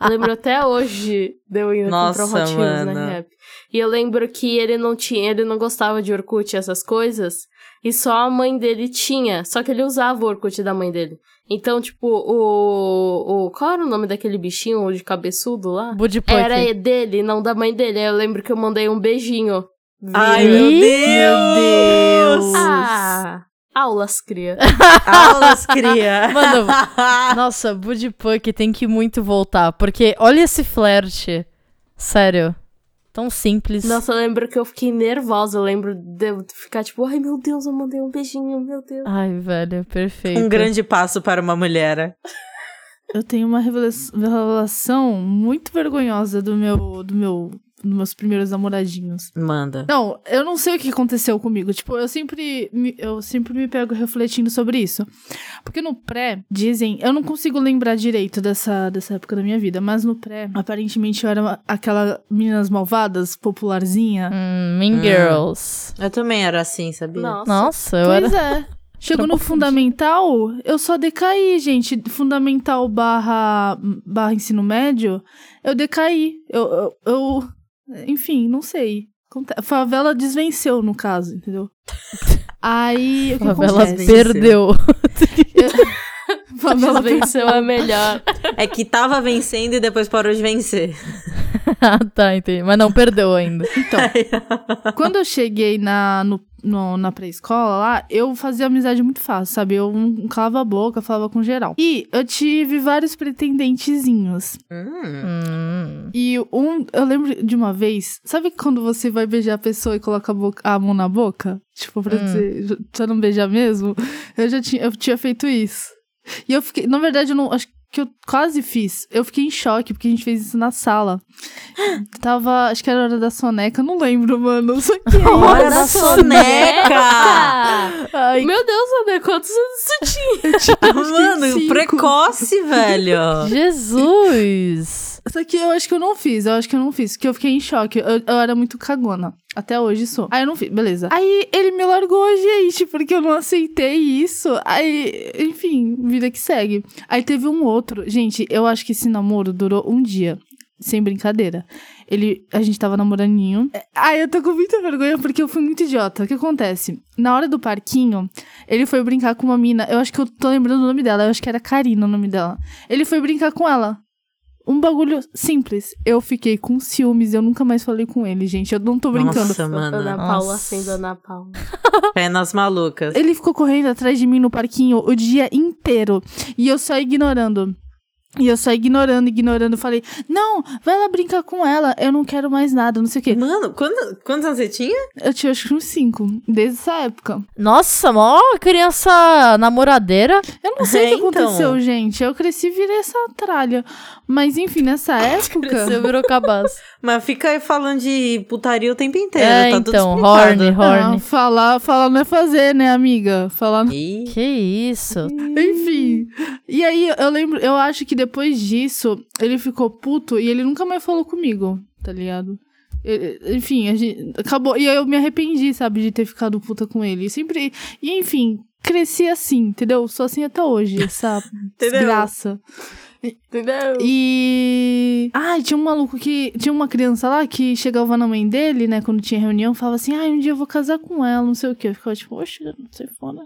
Speaker 6: Eu lembro até hoje de eu indo
Speaker 4: Nossa,
Speaker 6: comprar um Hot Wheels na
Speaker 4: mano.
Speaker 6: Rap. E eu lembro que ele não tinha, ele não gostava de Orkut e essas coisas, e só a mãe dele tinha, só que ele usava o Orkut da mãe dele. Então, tipo, o, o qual era o nome daquele bichinho o de cabeçudo lá?
Speaker 3: Budipoque.
Speaker 6: Era dele, não da mãe dele. Aí eu lembro que eu mandei um beijinho.
Speaker 4: Ai,
Speaker 3: Ih,
Speaker 4: meu
Speaker 3: meu
Speaker 4: Deus!
Speaker 6: Ah, aulas cria.
Speaker 4: Aulas cria.
Speaker 3: Mano,
Speaker 4: um
Speaker 3: Nossa, Budipuck tem que muito voltar. Porque olha esse flerte. Sério. Tão simples.
Speaker 6: Nossa, eu lembro que eu fiquei nervosa. Eu lembro de eu ficar tipo, ai meu Deus, eu mandei um beijinho, meu Deus.
Speaker 3: Ai, velho, perfeito.
Speaker 4: um grande passo para uma mulher.
Speaker 5: Eu tenho uma revela- revelação muito vergonhosa do meu, do meu, dos meus primeiros namoradinhos.
Speaker 4: Manda.
Speaker 5: Não, eu não sei o que aconteceu comigo. Tipo, eu sempre, me, eu sempre me pego refletindo sobre isso. Porque no pré, dizem, eu não consigo lembrar direito dessa, dessa época da minha vida, mas no pré, aparentemente eu era uma- aquela meninas malvadas, popularzinha.
Speaker 3: Hum, mean
Speaker 4: Hum.
Speaker 3: Girls.
Speaker 4: Eu também era assim, sabia?
Speaker 6: Nossa.
Speaker 3: Nossa, eu era.
Speaker 5: Pois é. Chegou no
Speaker 3: Era confuso.
Speaker 5: fundamental, eu só decaí, gente. Fundamental barra, barra ensino médio, eu decaí. Eu, eu, eu- enfim, não sei. Aconte- Favela desvenceu, no caso, entendeu? Aí, o que
Speaker 3: Favela
Speaker 5: acontece?
Speaker 3: perdeu.
Speaker 5: Favela perdeu.
Speaker 6: Desvenção é melhor.
Speaker 4: É que tava vencendo e depois parou de vencer.
Speaker 3: ah, tá, entendi. Mas não perdeu ainda.
Speaker 5: Então, quando eu cheguei na, no- no- na pré-escola lá, eu fazia amizade muito fácil, sabe? Eu não calava a boca, falava com geral. E eu tive vários pretendentezinhos.
Speaker 4: Hum.
Speaker 3: Hum.
Speaker 5: E um, eu lembro de uma vez, sabe quando você vai beijar a pessoa e coloca a, boca- a mão na boca? Tipo, pra
Speaker 3: Hum.
Speaker 5: dizer, pra não beijar mesmo? Eu já tinha, eu tinha feito isso. E eu fiquei, na verdade, eu não, acho, que eu quase fiz. Eu fiquei em choque, porque a gente fez isso na sala. Tava, acho que era hora da soneca, não lembro, mano. Só que
Speaker 4: Hora da
Speaker 3: Nossa,
Speaker 4: soneca!
Speaker 3: Ai,
Speaker 6: Meu Deus, Ana, quantos anos você tinha?
Speaker 4: Mano,
Speaker 5: cinco.
Speaker 4: precoce, velho!
Speaker 3: Hum. Jesus!
Speaker 5: Só que eu acho que eu não fiz, eu acho que eu não fiz, porque eu fiquei em choque. Eu, eu era muito cagona. Até hoje sou. Aí eu não fiz, beleza. Aí ele me largou, gente, porque eu não aceitei isso. Aí, enfim, vida que segue. Aí teve um outro. Gente, eu acho que esse namoro durou um dia. Sem brincadeira. Ele, a gente tava um. namoraninho. Aí É, eu tô com muita vergonha porque eu fui muito idiota. O que acontece? Na hora do parquinho, ele foi brincar com uma mina. Eu acho que eu tô lembrando o nome dela. Eu acho que era Karina o nome dela. Ele foi brincar com ela. Um bagulho simples. Eu fiquei com ciúmes, eu nunca mais falei com ele, gente. Eu não tô brincando.
Speaker 4: Nossa,
Speaker 6: Ana
Speaker 4: mano.
Speaker 6: Paula
Speaker 3: Nossa.
Speaker 6: sendo Ana Paula.
Speaker 4: Penas malucas.
Speaker 5: Ele ficou correndo atrás de mim no parquinho o dia inteiro. E eu só ignorando. E eu só ignorando, ignorando. Falei, não, vai lá brincar com ela. Eu não quero mais nada, não sei o quê.
Speaker 4: Mano, quando- quantos anos você tinha?
Speaker 5: Eu tinha acho que uns cinco, desde essa época.
Speaker 3: Nossa, mó criança namoradeira.
Speaker 5: Eu não sei o que
Speaker 4: Então.
Speaker 5: aconteceu, gente. Eu cresci e virei essa tralha. Mas enfim, nessa época.
Speaker 3: Você virou cabaço.
Speaker 4: Mas fica aí falando de putaria o tempo inteiro,
Speaker 3: é,
Speaker 4: tá
Speaker 3: então,
Speaker 4: tudo explicado.
Speaker 3: horny,
Speaker 5: Ah,
Speaker 3: horny.
Speaker 5: falar, falar não é fazer, né, amiga? Falar
Speaker 4: Ih,
Speaker 3: Que isso?
Speaker 5: Enfim. E aí, eu lembro, eu acho que depois disso, ele ficou puto e ele nunca mais falou comigo, tá ligado? E- Enfim, a gente, acabou. E aí eu me arrependi, sabe, de ter ficado puta com ele. E Sempre. E enfim, cresci assim, entendeu? Sou assim até hoje, essa
Speaker 4: Entendeu?
Speaker 5: desgraça.
Speaker 6: Entendeu?
Speaker 5: E. Ai, tinha um maluco que. Tinha uma criança lá que chegava na mãe dele, né, quando tinha reunião, falava assim: ai, um dia eu vou casar com ela, não sei o quê. Eu ficava tipo, oxe, não sei foda.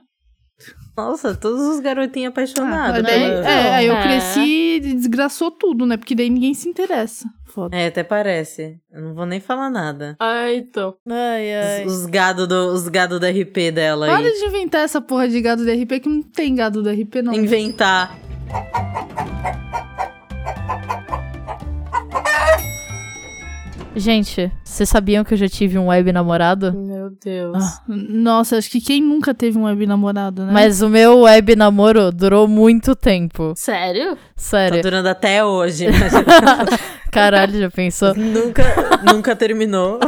Speaker 4: nossa, todos os garotinhos apaixonados,
Speaker 5: Ah, daí-
Speaker 4: né?
Speaker 5: É, aí eu
Speaker 6: É.
Speaker 5: cresci e desgraçou tudo, né? Porque daí ninguém se interessa. Foda.
Speaker 4: É, até parece. Eu não vou nem falar nada.
Speaker 6: Ah, então.
Speaker 3: Ai, ai.
Speaker 4: Os, os gado do, os gado da RP dela
Speaker 5: Para
Speaker 4: aí.
Speaker 5: de inventar essa porra de gado da RP que não tem gado da RP, não.
Speaker 4: Inventar.
Speaker 3: Gente, vocês sabiam que eu já tive um web
Speaker 4: Né?
Speaker 3: namorado?
Speaker 6: Meu Deus.
Speaker 5: Ah, nossa, acho que quem nunca teve um web namorado, né?
Speaker 3: Mas o meu web namoro durou muito tempo.
Speaker 6: Sério?
Speaker 4: Tá
Speaker 3: Sério.
Speaker 4: durando até hoje. né?
Speaker 3: Caralho, já pensou?
Speaker 4: nunca, nunca terminou.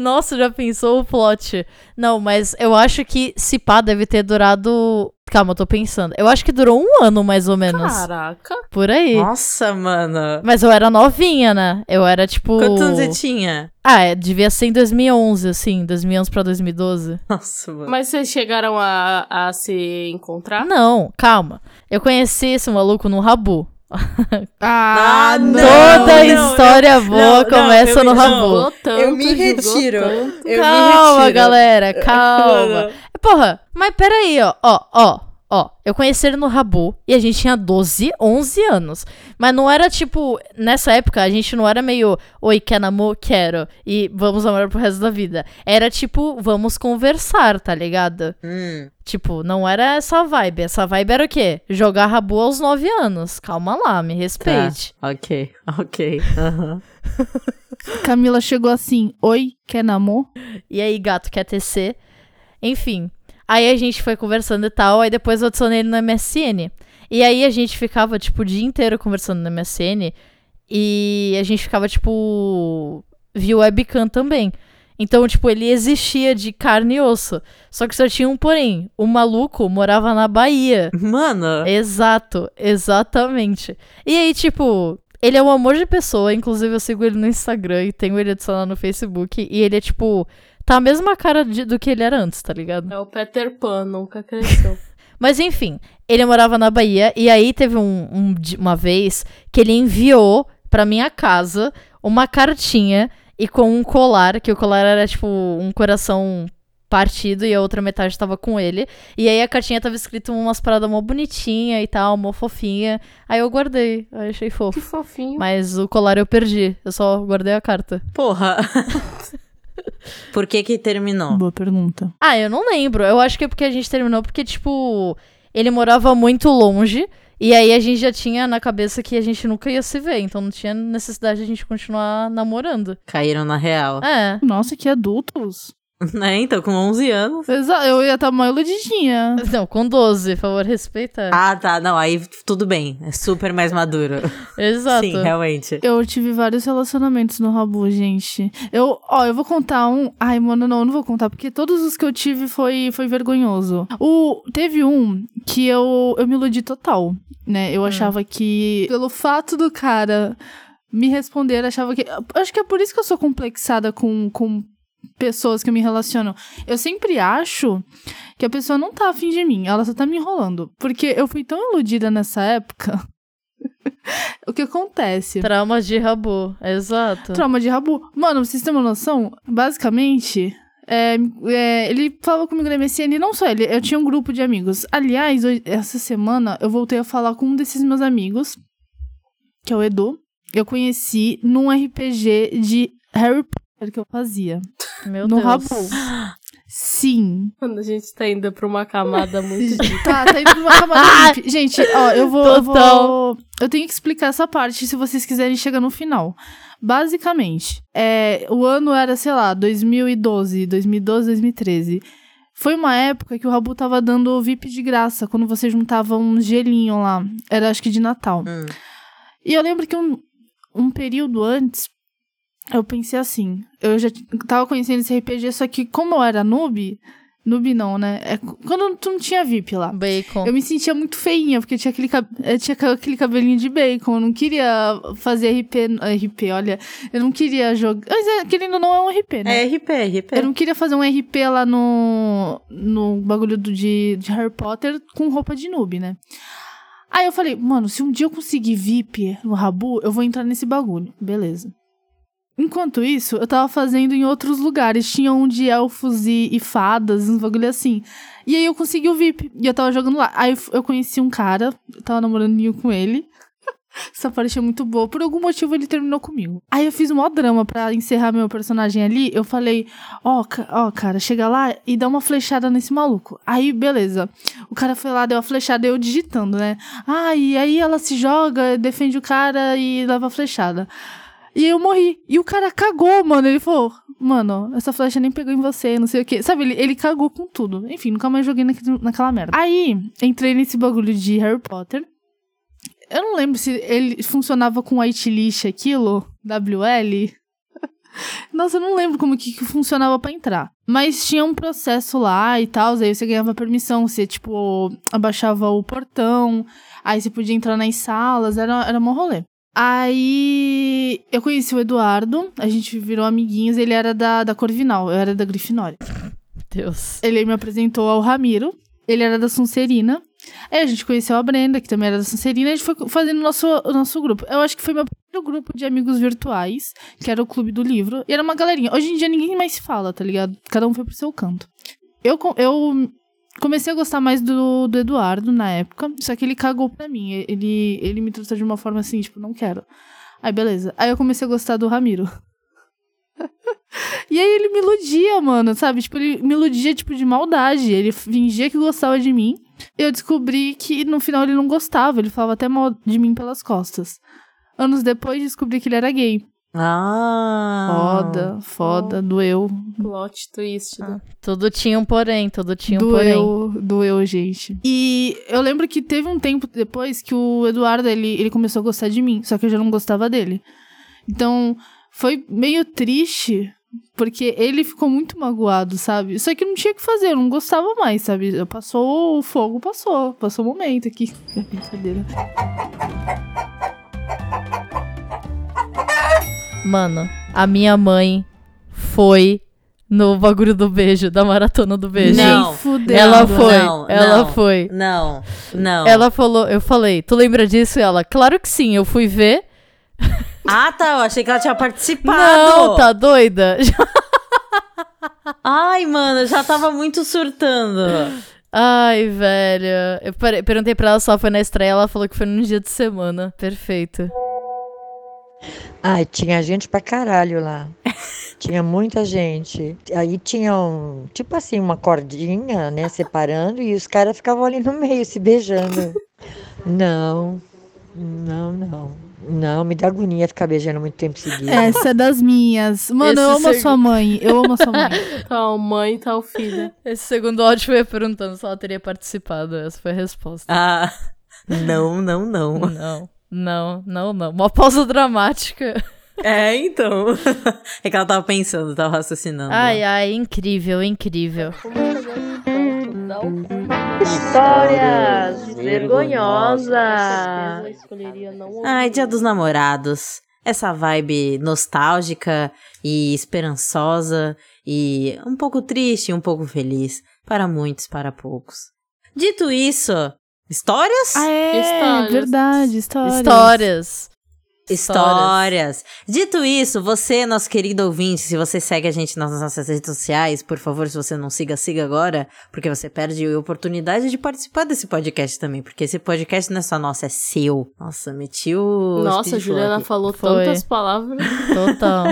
Speaker 3: Nossa, já pensou o plot? Não, mas eu acho que se pá deve ter durado. Calma, eu tô pensando. Eu acho que durou um ano mais ou menos.
Speaker 6: Caraca.
Speaker 3: Por aí.
Speaker 4: Nossa, mano.
Speaker 3: Mas eu era novinha, né? Eu era tipo.
Speaker 4: Quantos anos você tinha?
Speaker 3: Ah, é, devia ser em 2011, assim, 2011 pra 2012.
Speaker 4: Nossa, mano.
Speaker 6: Mas vocês chegaram a, a se
Speaker 3: Ah,
Speaker 6: encontrar?
Speaker 3: não, calma. Eu conheci esse maluco no Rabu.
Speaker 5: Ah,
Speaker 4: Ah,
Speaker 5: não!
Speaker 4: não!
Speaker 3: Toda história boa
Speaker 4: não,
Speaker 3: começa
Speaker 4: eu me-
Speaker 3: no Rabu.
Speaker 6: Jogou tanto,
Speaker 4: Eu me
Speaker 6: jogou
Speaker 4: retiro.
Speaker 6: tanto.
Speaker 4: Eu me
Speaker 3: calma,
Speaker 4: retiro.
Speaker 3: galera, calma. É,
Speaker 4: Mano,
Speaker 3: Porra, mas peraí, ó, ó, ó, ó. Eu conheci ele no Rabu e a gente tinha 12, 11 anos. Mas não era tipo, nessa época a gente não era meio, oi, quer namoro? Quero. E vamos namorar pro resto da vida. Era tipo, vamos conversar, tá ligado?
Speaker 4: hum,
Speaker 3: Tipo, não era essa vibe. Essa vibe era o quê? Jogar Rabu aos 9 anos. Calma lá, me
Speaker 4: tá.
Speaker 3: respeite.
Speaker 4: Ok, ok. aham.
Speaker 5: Camila chegou assim: Oi, quer namor?
Speaker 3: E aí, gato, quer TC? Enfim. Aí a gente foi conversando e tal, aí depois eu adicionei ele no MSN. E aí a gente ficava, tipo, o dia inteiro conversando no MSN. E a gente ficava, tipo. Via webcam também. Então, tipo, ele existia de carne e osso. Só que só tinha um porém. O maluco morava na Bahia.
Speaker 4: Mano,
Speaker 5: É.
Speaker 3: Exato, exatamente. E aí, tipo, ele é um amor de pessoa, inclusive eu sigo ele no Instagram e tenho ele adicionado no Facebook, e ele é, tipo, tá a mesma cara de- do que ele era antes, tá ligado?
Speaker 6: É o Peter Pan, nunca cresceu.
Speaker 3: Mas enfim, ele morava na Bahia e aí teve um- um di- uma vez que ele enviou pra minha casa uma cartinha e com um colar, que o colar era tipo um coração partido e a outra metade tava com ele. E aí a cartinha tava escrito umas paradas mó bonitinha e tal, mó fofinha. Aí eu guardei, aí achei
Speaker 6: que
Speaker 3: fofo.
Speaker 6: fofinho.
Speaker 3: Mas o colar eu perdi, eu só guardei a carta.
Speaker 4: porra. Por que que terminou?
Speaker 5: Boa pergunta.
Speaker 3: Ah, eu não lembro. Eu acho que é porque a gente terminou porque, tipo, ele morava muito longe. E aí a gente já tinha na cabeça que a gente nunca ia se ver. Então não tinha necessidade de a gente continuar namorando.
Speaker 4: Caíram na real.
Speaker 3: É.
Speaker 5: Nossa, que adultos.
Speaker 4: né? Então, com 11 anos.
Speaker 5: Exa- Eu ia estar mó iludidinha.
Speaker 3: Não, com 12, por favor, respeita.
Speaker 4: Ah, tá. Não, aí tudo bem. É super mais maduro.
Speaker 3: Exato.
Speaker 4: Sim, realmente.
Speaker 5: Eu tive vários relacionamentos no Rabu, gente. Eu, ó, eu vou contar um. Ai, mano, não, eu não vou contar, porque todos os que eu tive foi, foi vergonhoso. O, teve um que eu, eu me iludi total, né? Eu achava que, pelo fato do cara me responder, achava que. eu Acho que é por isso que eu sou complexada com. com Pessoas que me relacionam. Eu sempre acho que a pessoa não tá afim de mim, ela só tá me enrolando. Porque eu fui tão iludida nessa época. o que acontece?
Speaker 3: Traumas de rabo. Exato.
Speaker 5: Trauma de Rabu. Mano, vocês têm uma noção? Basicamente, é, é, ele falava comigo na MSN, e não só ele, eu tinha um grupo de amigos. Aliás, hoje- essa semana eu voltei a falar com um desses meus amigos, que é o Edu. Eu conheci num RPG de Harry Potter que eu fazia.
Speaker 3: Meu
Speaker 5: no
Speaker 3: Deus.
Speaker 5: Rabu. Sim.
Speaker 6: Quando a gente tá indo pra uma camada muito de
Speaker 5: Tá, tá indo pra uma camada limpa. Gente, ó, eu vou, eu vou.
Speaker 3: Total.
Speaker 5: Eu tenho que explicar essa parte se vocês quiserem chegar no final. Basicamente, é, o ano era, sei lá, 2012, 2012, 2013. Foi uma época que o Rabu tava dando VIP de graça, quando você juntava um gelinho lá. Era acho que de Natal.
Speaker 4: Hum.
Speaker 5: E eu lembro que um, um período antes, eu pensei assim. Eu já t- tava conhecendo esse RPG, só que como eu era noob. Noob não, né? É c- quando tu não tinha VIP lá.
Speaker 3: Bacon.
Speaker 5: Eu me sentia muito feinha, porque tinha aquele, cab- eh, tinha ca- aquele cabelinho de bacon. Eu não queria fazer RP. no- RP, olha. Eu não queria jogar. Mas é, querendo ou não, é um RP, né?
Speaker 4: É RP, RP.
Speaker 5: Eu não queria fazer um RP lá no, no bagulho do, de, de Harry Potter com roupa de noob, né? Aí eu falei, mano, se um dia eu conseguir VIP no Rabu, eu vou entrar nesse bagulho. Beleza. Enquanto isso, eu tava fazendo em outros lugares. Tinha um de elfos e, e fadas, uns bagulho assim. E aí eu consegui o VIP. E eu tava jogando lá. Aí eu f- eu conheci um cara, eu tava namorandinho com ele. Essa parte é muito boa. Por algum motivo ele terminou comigo. Aí eu fiz um maior drama pra encerrar meu personagem ali. Eu falei, ó, ca- ó, cara, chega lá e dá uma flechada nesse maluco. Aí, beleza. O cara foi lá, deu a flechada, eu digitando, né? Ah, e aí ela se joga, defende o cara e leva a flechada. E eu morri. E o cara cagou, mano. Ele falou, mano, essa flecha nem pegou em você, não sei o quê. Sabe, ele, ele cagou com tudo. Enfim, nunca mais joguei naquele- naquela merda. Aí, entrei nesse bagulho de Harry Potter. Eu não lembro se ele funcionava com whitelist aquilo, WL. Nossa, eu não lembro como que, que funcionava pra entrar. Mas tinha um processo lá e tal, aí você ganhava permissão, você, tipo, abaixava o portão, aí você podia entrar nas salas, era, era mó rolê. Aí eu conheci o Eduardo, a gente virou amiguinhos, ele era da, da Corvinal, eu era da Grifinória.
Speaker 3: Deus.
Speaker 5: Ele me apresentou ao Ramiro. Ele era da Sonserina. Aí a gente conheceu a Brenda, que também era da Sonserina. e A gente foi fazendo o nosso, o nosso grupo. Eu acho que foi meu primeiro grupo de amigos virtuais, que era o Clube do Livro. E era uma galerinha. Hoje em dia ninguém mais se fala, tá ligado? Cada um foi pro seu canto. Eu, co- eu comecei a gostar mais do, do Eduardo na época, só que ele cagou pra mim. Ele, ele me tratou de uma forma assim, tipo, não quero. Aí beleza. Aí eu comecei a gostar do Ramiro. E aí ele me iludia, mano, sabe? Tipo, ele me iludia, tipo, de maldade. Ele fingia que gostava de mim. Eu descobri que no final ele não gostava. Ele falava até mal de mim pelas costas. Anos depois descobri que ele era gay.
Speaker 4: Ah.
Speaker 5: Foda, foda, doeu.
Speaker 6: plot twist. do-
Speaker 3: Tudo tinha um porém, tudo tinha um porém.
Speaker 5: doeu, doeu, gente. E eu lembro que teve um tempo depois que o Eduardo, ele, ele começou a gostar de mim, só que eu já não gostava dele. Então, foi meio triste, porque ele ficou muito magoado, sabe? Só que não tinha o que fazer, eu não gostava mais, sabe? Eu- Passou o fogo, passou. Passou o momento aqui. É Brincadeira.
Speaker 3: Mano, a minha mãe foi no bagulho do beijo, da maratona do beijo.
Speaker 4: Não,
Speaker 5: Nem fudendo.
Speaker 3: Ela foi,
Speaker 4: não,
Speaker 3: ela
Speaker 4: não.
Speaker 3: foi.
Speaker 4: Não, não.
Speaker 3: Ela falou, eu falei, tu lembra disso? E ela, claro que sim, eu fui ver.
Speaker 4: Ah, tá. Eu achei que ela tinha participado.
Speaker 3: Não, tá doida?
Speaker 4: Ai, mano, eu já tava muito surtando.
Speaker 3: Ai, velho. Eu per- perguntei pra ela se ela foi na estreia, ela falou que foi num dia de semana. Perfeito.
Speaker 7: Ai, tinha gente pra caralho lá. Tinha muita gente. Aí tinha um, tipo assim, uma cordinha, né, separando, e os caras ficavam ali no meio se beijando. Não, não, não. Não, me dá agonia ficar beijando muito tempo seguido.
Speaker 5: Essa é das minhas. Mano, eu
Speaker 3: Esse
Speaker 5: amo a
Speaker 3: seg-
Speaker 5: sua mãe. Eu amo a sua mãe.
Speaker 6: Tal tá mãe, tal filha.
Speaker 3: Esse segundo áudio foi eu perguntando se ela teria participado. Essa foi a resposta.
Speaker 4: Ah, não, não, não.
Speaker 3: Não, não, não, não. Uma pausa dramática.
Speaker 4: É, então. É que ela tava pensando, tava raciocinando.
Speaker 3: Ai, é. ai, incrível, incrível.
Speaker 6: Histórias
Speaker 3: vergonhosas.
Speaker 4: Ai, Dia dos Namorados. Essa vibe nostálgica e esperançosa e um pouco triste, um pouco feliz. Para muitos, para poucos. Dito isso, histórias?
Speaker 5: Ah, é
Speaker 6: Histórias.
Speaker 5: verdade, histórias.
Speaker 3: Histórias.
Speaker 4: Histórias. Dito isso, você, nosso querido ouvinte, se você segue a gente nas nossas redes sociais, por favor, se você não siga, siga agora, porque você perde a oportunidade de participar desse podcast também, porque esse podcast não é só nosso, é seu. Nossa, meti o
Speaker 6: Nossa, a
Speaker 4: speed flow
Speaker 6: Juliana
Speaker 4: aqui.
Speaker 6: falou
Speaker 3: Foi.
Speaker 6: tantas palavras.
Speaker 3: Total.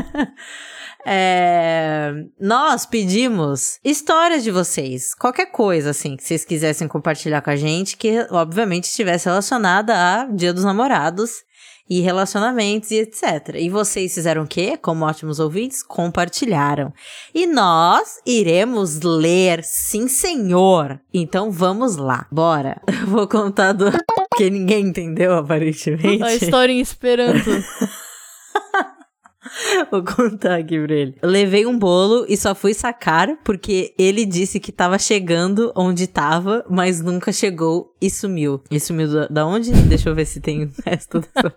Speaker 4: É, nós pedimos histórias de vocês, qualquer coisa assim que vocês quisessem compartilhar com a gente, que obviamente estivesse relacionada a Dia dos Namorados e relacionamentos e etc. E vocês fizeram o quê? Como ótimos ouvintes, compartilharam. E nós iremos ler, sim senhor. Então vamos lá, bora. Eu vou contar do porque ninguém entendeu aparentemente.
Speaker 3: a história em Esperanto.
Speaker 4: Vou contar aqui pra ele. Levei um bolo e só fui sacar porque ele disse que tava chegando onde tava, mas nunca chegou e sumiu. E sumiu da, da onde? Deixa eu ver se tem o resto dessa.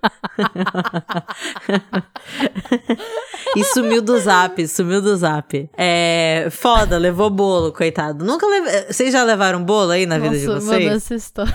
Speaker 4: e sumiu do zap, sumiu do zap. É. Foda, levou bolo, coitado. Nunca leve... Vocês já levaram bolo aí na vida de
Speaker 3: Nossa,
Speaker 4: vocês?
Speaker 3: mano, essa história.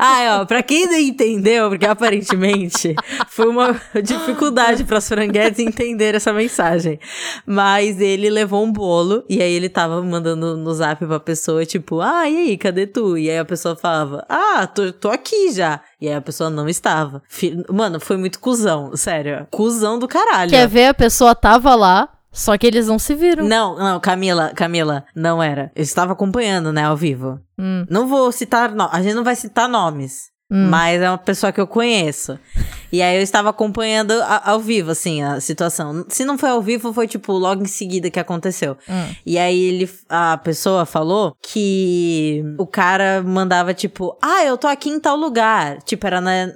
Speaker 4: Ah, ó, pra quem não entendeu, porque aparentemente foi uma dificuldade para as franguetes entender essa mensagem. Mas ele levou um bolo e aí ele tava mandando no zap pra pessoa, tipo, ah, e aí, cadê tu? E aí a pessoa falava, ah, tô, tô aqui já. E aí a pessoa não estava. Fi- Mano, foi muito cuzão, sério. Cuzão do caralho.
Speaker 3: Quer ver? A pessoa tava lá, só que eles não se viram.
Speaker 4: Não, não, Camila, Camila, não era. Eu estava acompanhando, né, ao vivo.
Speaker 3: Hum.
Speaker 4: Não vou citar, no- a gente não vai citar nomes,
Speaker 3: Hum.
Speaker 4: mas é uma pessoa que eu conheço. E aí eu estava acompanhando a- ao vivo, assim, a situação. Se não foi ao vivo, foi tipo logo em seguida que aconteceu.
Speaker 3: Hum.
Speaker 4: E aí ele, a pessoa falou que o cara mandava tipo, ah, eu tô aqui em tal lugar. Tipo, era na,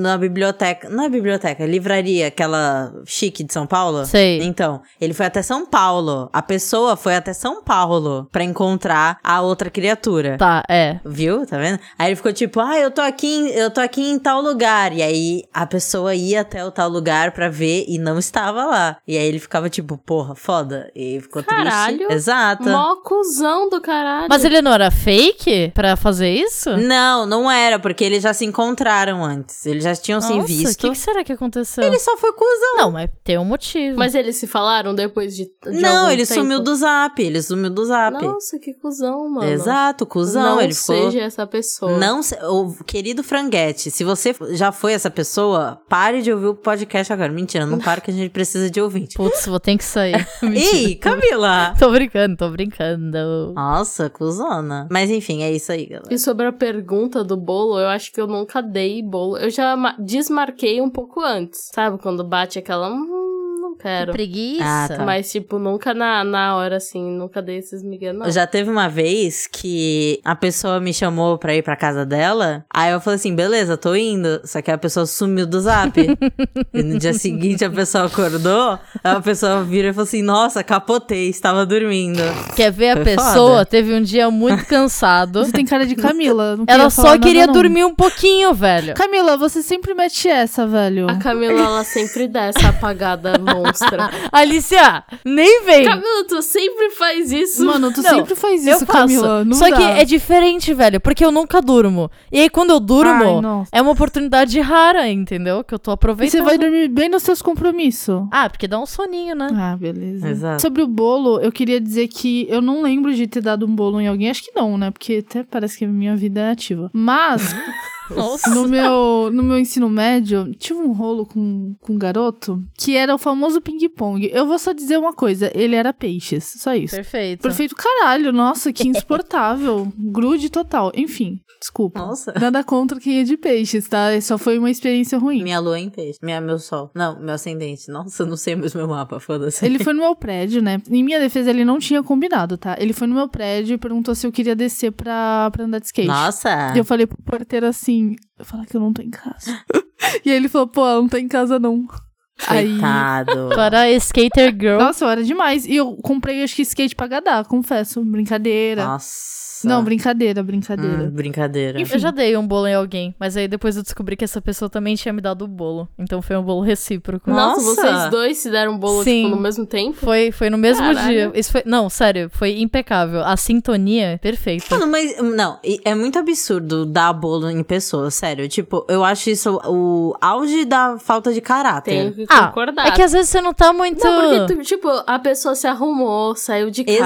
Speaker 4: na biblioteca, não é biblioteca, livraria, aquela chique de São Paulo.
Speaker 3: Sei.
Speaker 4: Então, ele foi até São Paulo. A pessoa foi até São Paulo pra encontrar a outra criatura.
Speaker 3: Tá, é.
Speaker 4: Viu? Tá vendo? Aí ele ficou tipo, ah, eu tô aqui, em, eu tô aqui em tal lugar. E aí a pessoa ia até o tal lugar pra ver e não estava lá. E aí ele ficava tipo, porra, foda. E ficou
Speaker 6: Caralho.
Speaker 4: triste. Exato.
Speaker 6: Mó cuzão do caralho.
Speaker 4: é-
Speaker 3: Mas ele não era fake pra fazer isso?
Speaker 4: Não, não era, porque eles já se encontraram antes. Eles já tinham
Speaker 3: Nossa,
Speaker 4: se
Speaker 3: o que,
Speaker 4: visto.
Speaker 3: que será que aconteceu?
Speaker 4: Ele só foi cuzão.
Speaker 3: Não, mas tem um motivo.
Speaker 6: Mas eles se falaram depois de. de
Speaker 4: Não,
Speaker 6: algum
Speaker 4: ele
Speaker 6: tempo?
Speaker 4: sumiu do zap. Ele sumiu do zap.
Speaker 6: Nossa, que cuzão, mano.
Speaker 4: Exato, cuzão.
Speaker 6: Não
Speaker 4: ele ficou.
Speaker 6: seja essa pessoa.
Speaker 4: Não, se- ô, querido Franguete, se você já foi essa pessoa, pare de ouvir o podcast agora. Mentira, não para que a gente precisa de ouvinte.
Speaker 3: Putz, vou ter que sair. Mentira.
Speaker 4: Ei, Camila!
Speaker 3: Tô brincando, tô brincando.
Speaker 4: Nossa, cuzona. Mas enfim, é isso aí, galera.
Speaker 6: E sobre a pergunta do bolo, eu acho que eu nunca dei bolo. Eu já ma- desmarquei um pouco antes. Sabe? Quando bate aquela. Hum, não
Speaker 3: Que
Speaker 6: quero.
Speaker 3: preguiça.
Speaker 4: Ah, tá.
Speaker 6: Mas, tipo, nunca na, na hora, assim, nunca dei esses migué, não.
Speaker 4: Já teve uma vez que a pessoa me chamou pra ir pra casa dela. Aí eu falei assim, beleza, tô indo. Só que a pessoa sumiu do zap. e no dia seguinte a pessoa acordou. Aí a pessoa vira e falou assim, nossa, capotei, estava dormindo.
Speaker 3: Quer ver a
Speaker 4: Foi
Speaker 3: pessoa?
Speaker 4: foda.
Speaker 3: Teve um dia muito cansado.
Speaker 5: Você tem cara de Camila. não
Speaker 3: Ela
Speaker 5: queria falar
Speaker 3: só
Speaker 5: nada,
Speaker 3: queria
Speaker 5: não.
Speaker 3: dormir um pouquinho, velho.
Speaker 5: Camila, você sempre mete essa, velho.
Speaker 6: A Camila, ela sempre dá essa apagada monstra.
Speaker 3: Alicia, nem vem.
Speaker 6: Camila, tu sempre faz isso.
Speaker 5: Mano, tu
Speaker 3: Não,
Speaker 5: sempre faz
Speaker 3: eu
Speaker 5: isso,
Speaker 3: faço.
Speaker 5: Camila. Não
Speaker 3: Só
Speaker 5: dá.
Speaker 3: que é diferente, velho, porque eu nunca durmo. E aí quando eu
Speaker 5: Ai,
Speaker 3: durmo,
Speaker 5: nossa.
Speaker 3: é uma oportunidade rara, entendeu? Que eu tô
Speaker 5: E você
Speaker 3: aproveitando.
Speaker 5: vai dormir bem nos seus compromissos.
Speaker 3: Ah, porque dá um soninho, né?
Speaker 5: Ah, beleza.
Speaker 4: Exato.
Speaker 5: Sobre o bolo, eu queria dizer que eu não lembro de ter dado um bolo em alguém. Acho que não, né? Porque até parece que a minha vida é ativa. Mas
Speaker 3: Nossa.
Speaker 5: No meu, no meu ensino médio, tinha um rolo com, com um garoto que era o famoso ping-pong. Eu vou só dizer uma coisa: ele era peixes, só isso.
Speaker 3: Perfeito.
Speaker 5: Perfeito, caralho, nossa, que insuportável. Grude total. Enfim, desculpa.
Speaker 4: Nossa.
Speaker 5: Nada contra quem é de peixes, tá? Só foi uma experiência ruim.
Speaker 4: Minha lua em peixe. Minha, meu sol. Não, meu ascendente. Nossa, eu não sei mais meu mapa, foda-se.
Speaker 5: Ele foi no meu prédio, né? Em minha defesa, ele não tinha combinado, tá? Ele foi no meu prédio e perguntou se eu queria descer pra, pra andar de skate.
Speaker 4: Nossa!
Speaker 5: E é eu falei pro porteiro assim: eu falei que eu não tô em casa. e aí ele falou: pô, ela não tá em casa não. Aí.
Speaker 4: Coitado.
Speaker 3: Para Skater Girl.
Speaker 5: Nossa, eu era demais. E eu comprei, acho que skate pra gadar, confesso. Brincadeira.
Speaker 4: Nossa.
Speaker 5: Não, brincadeira, brincadeira.
Speaker 4: Hum, brincadeira.
Speaker 3: Eu já dei um bolo em alguém, mas aí depois eu descobri que essa pessoa também tinha me dado o bolo. Então foi um bolo recíproco.
Speaker 6: Nossa,
Speaker 4: Nossa.
Speaker 6: vocês dois se deram bolo,
Speaker 3: Sim.
Speaker 6: tipo, no mesmo tempo?
Speaker 3: Foi, foi no mesmo
Speaker 6: Caralho.
Speaker 3: dia. Isso foi, não, sério, foi impecável. A sintonia, perfeita.
Speaker 4: Mano, mas não, e- é muito absurdo dar bolo em pessoa, sério. Tipo, eu acho isso o auge da falta de
Speaker 6: Tenho
Speaker 4: caráter.
Speaker 6: que
Speaker 3: Ah,
Speaker 6: concordar.
Speaker 3: é que às vezes você não tá muito.
Speaker 6: Não, porque, tu- tipo, a pessoa se arrumou, saiu de casa.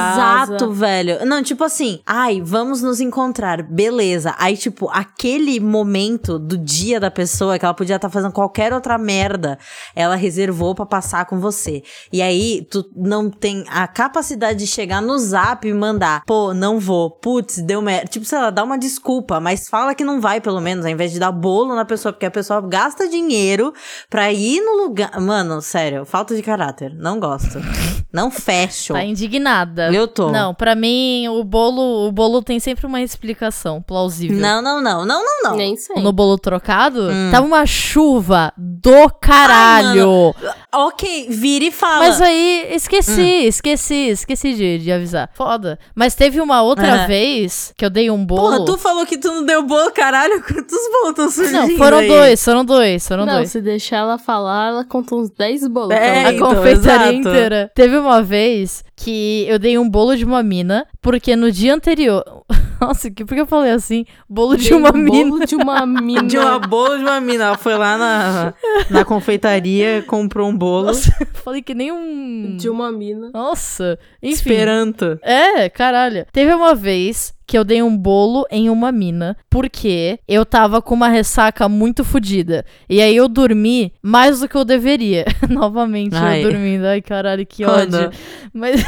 Speaker 4: Exato, velho. Não, tipo assim, ai, vamos nos encontrar, beleza. Aí, tipo, aquele momento do dia da pessoa que ela podia estar fazendo qualquer outra merda, ela reservou pra passar com você. E aí, tu não tem a capacidade de chegar no zap e mandar, pô, não vou, putz, deu merda. Tipo, sei lá, dá uma desculpa, mas fala que não vai, pelo menos, ao invés de dar bolo na pessoa, porque a pessoa gasta dinheiro pra ir no lugar. Mano, sério, falta de caráter. Não gosto. Não fecho.
Speaker 3: Tá indignada.
Speaker 4: Eu tô.
Speaker 3: Não, pra mim o bolo, o bolo tem sempre uma explicação plausível.
Speaker 4: Não, Hum. não, não, não, não, não.
Speaker 6: Nem sei.
Speaker 3: No bolo trocado, tava uma chuva do caralho.
Speaker 4: Ok, vira e fala.
Speaker 3: Mas é aí esqueci,
Speaker 4: Hum.
Speaker 3: esqueci, esqueci de, de avisar. Foda. Mas teve uma outra
Speaker 4: Aham.
Speaker 3: vez que eu dei um bolo.
Speaker 4: É. Porra, tu falou que tu não deu bolo, caralho. Quantos bolos tão surgindo
Speaker 3: Não, foram
Speaker 4: aí?
Speaker 3: dois, foram dois, foram
Speaker 6: Não,
Speaker 3: dois.
Speaker 6: se deixar ela falar, ela conta uns 10 bolos.
Speaker 4: É,
Speaker 6: pra
Speaker 3: A
Speaker 6: mim.
Speaker 4: então,
Speaker 3: confeitaria
Speaker 4: exato.
Speaker 3: inteira. Teve uma vez que eu dei um bolo de uma mina, porque no dia anterior. Nossa, que por que eu falei assim? Bolo de
Speaker 6: Tem
Speaker 3: uma
Speaker 6: um
Speaker 3: mina.
Speaker 6: Bolo de uma mina.
Speaker 4: De uma bolo de uma mina. Ela foi lá na, na confeitaria, comprou um bolo.
Speaker 3: Nossa, eu falei que nem um.
Speaker 6: De uma mina.
Speaker 3: Nossa, enfim.
Speaker 4: Esperanto.
Speaker 3: É, caralho. Teve uma vez que eu dei um bolo em uma mina, porque eu tava com uma ressaca muito fodida. E aí eu dormi mais do que eu deveria. Novamente
Speaker 4: Ai.
Speaker 3: eu dormindo. Ai, caralho, que
Speaker 4: Quando?
Speaker 3: ódio. Mas,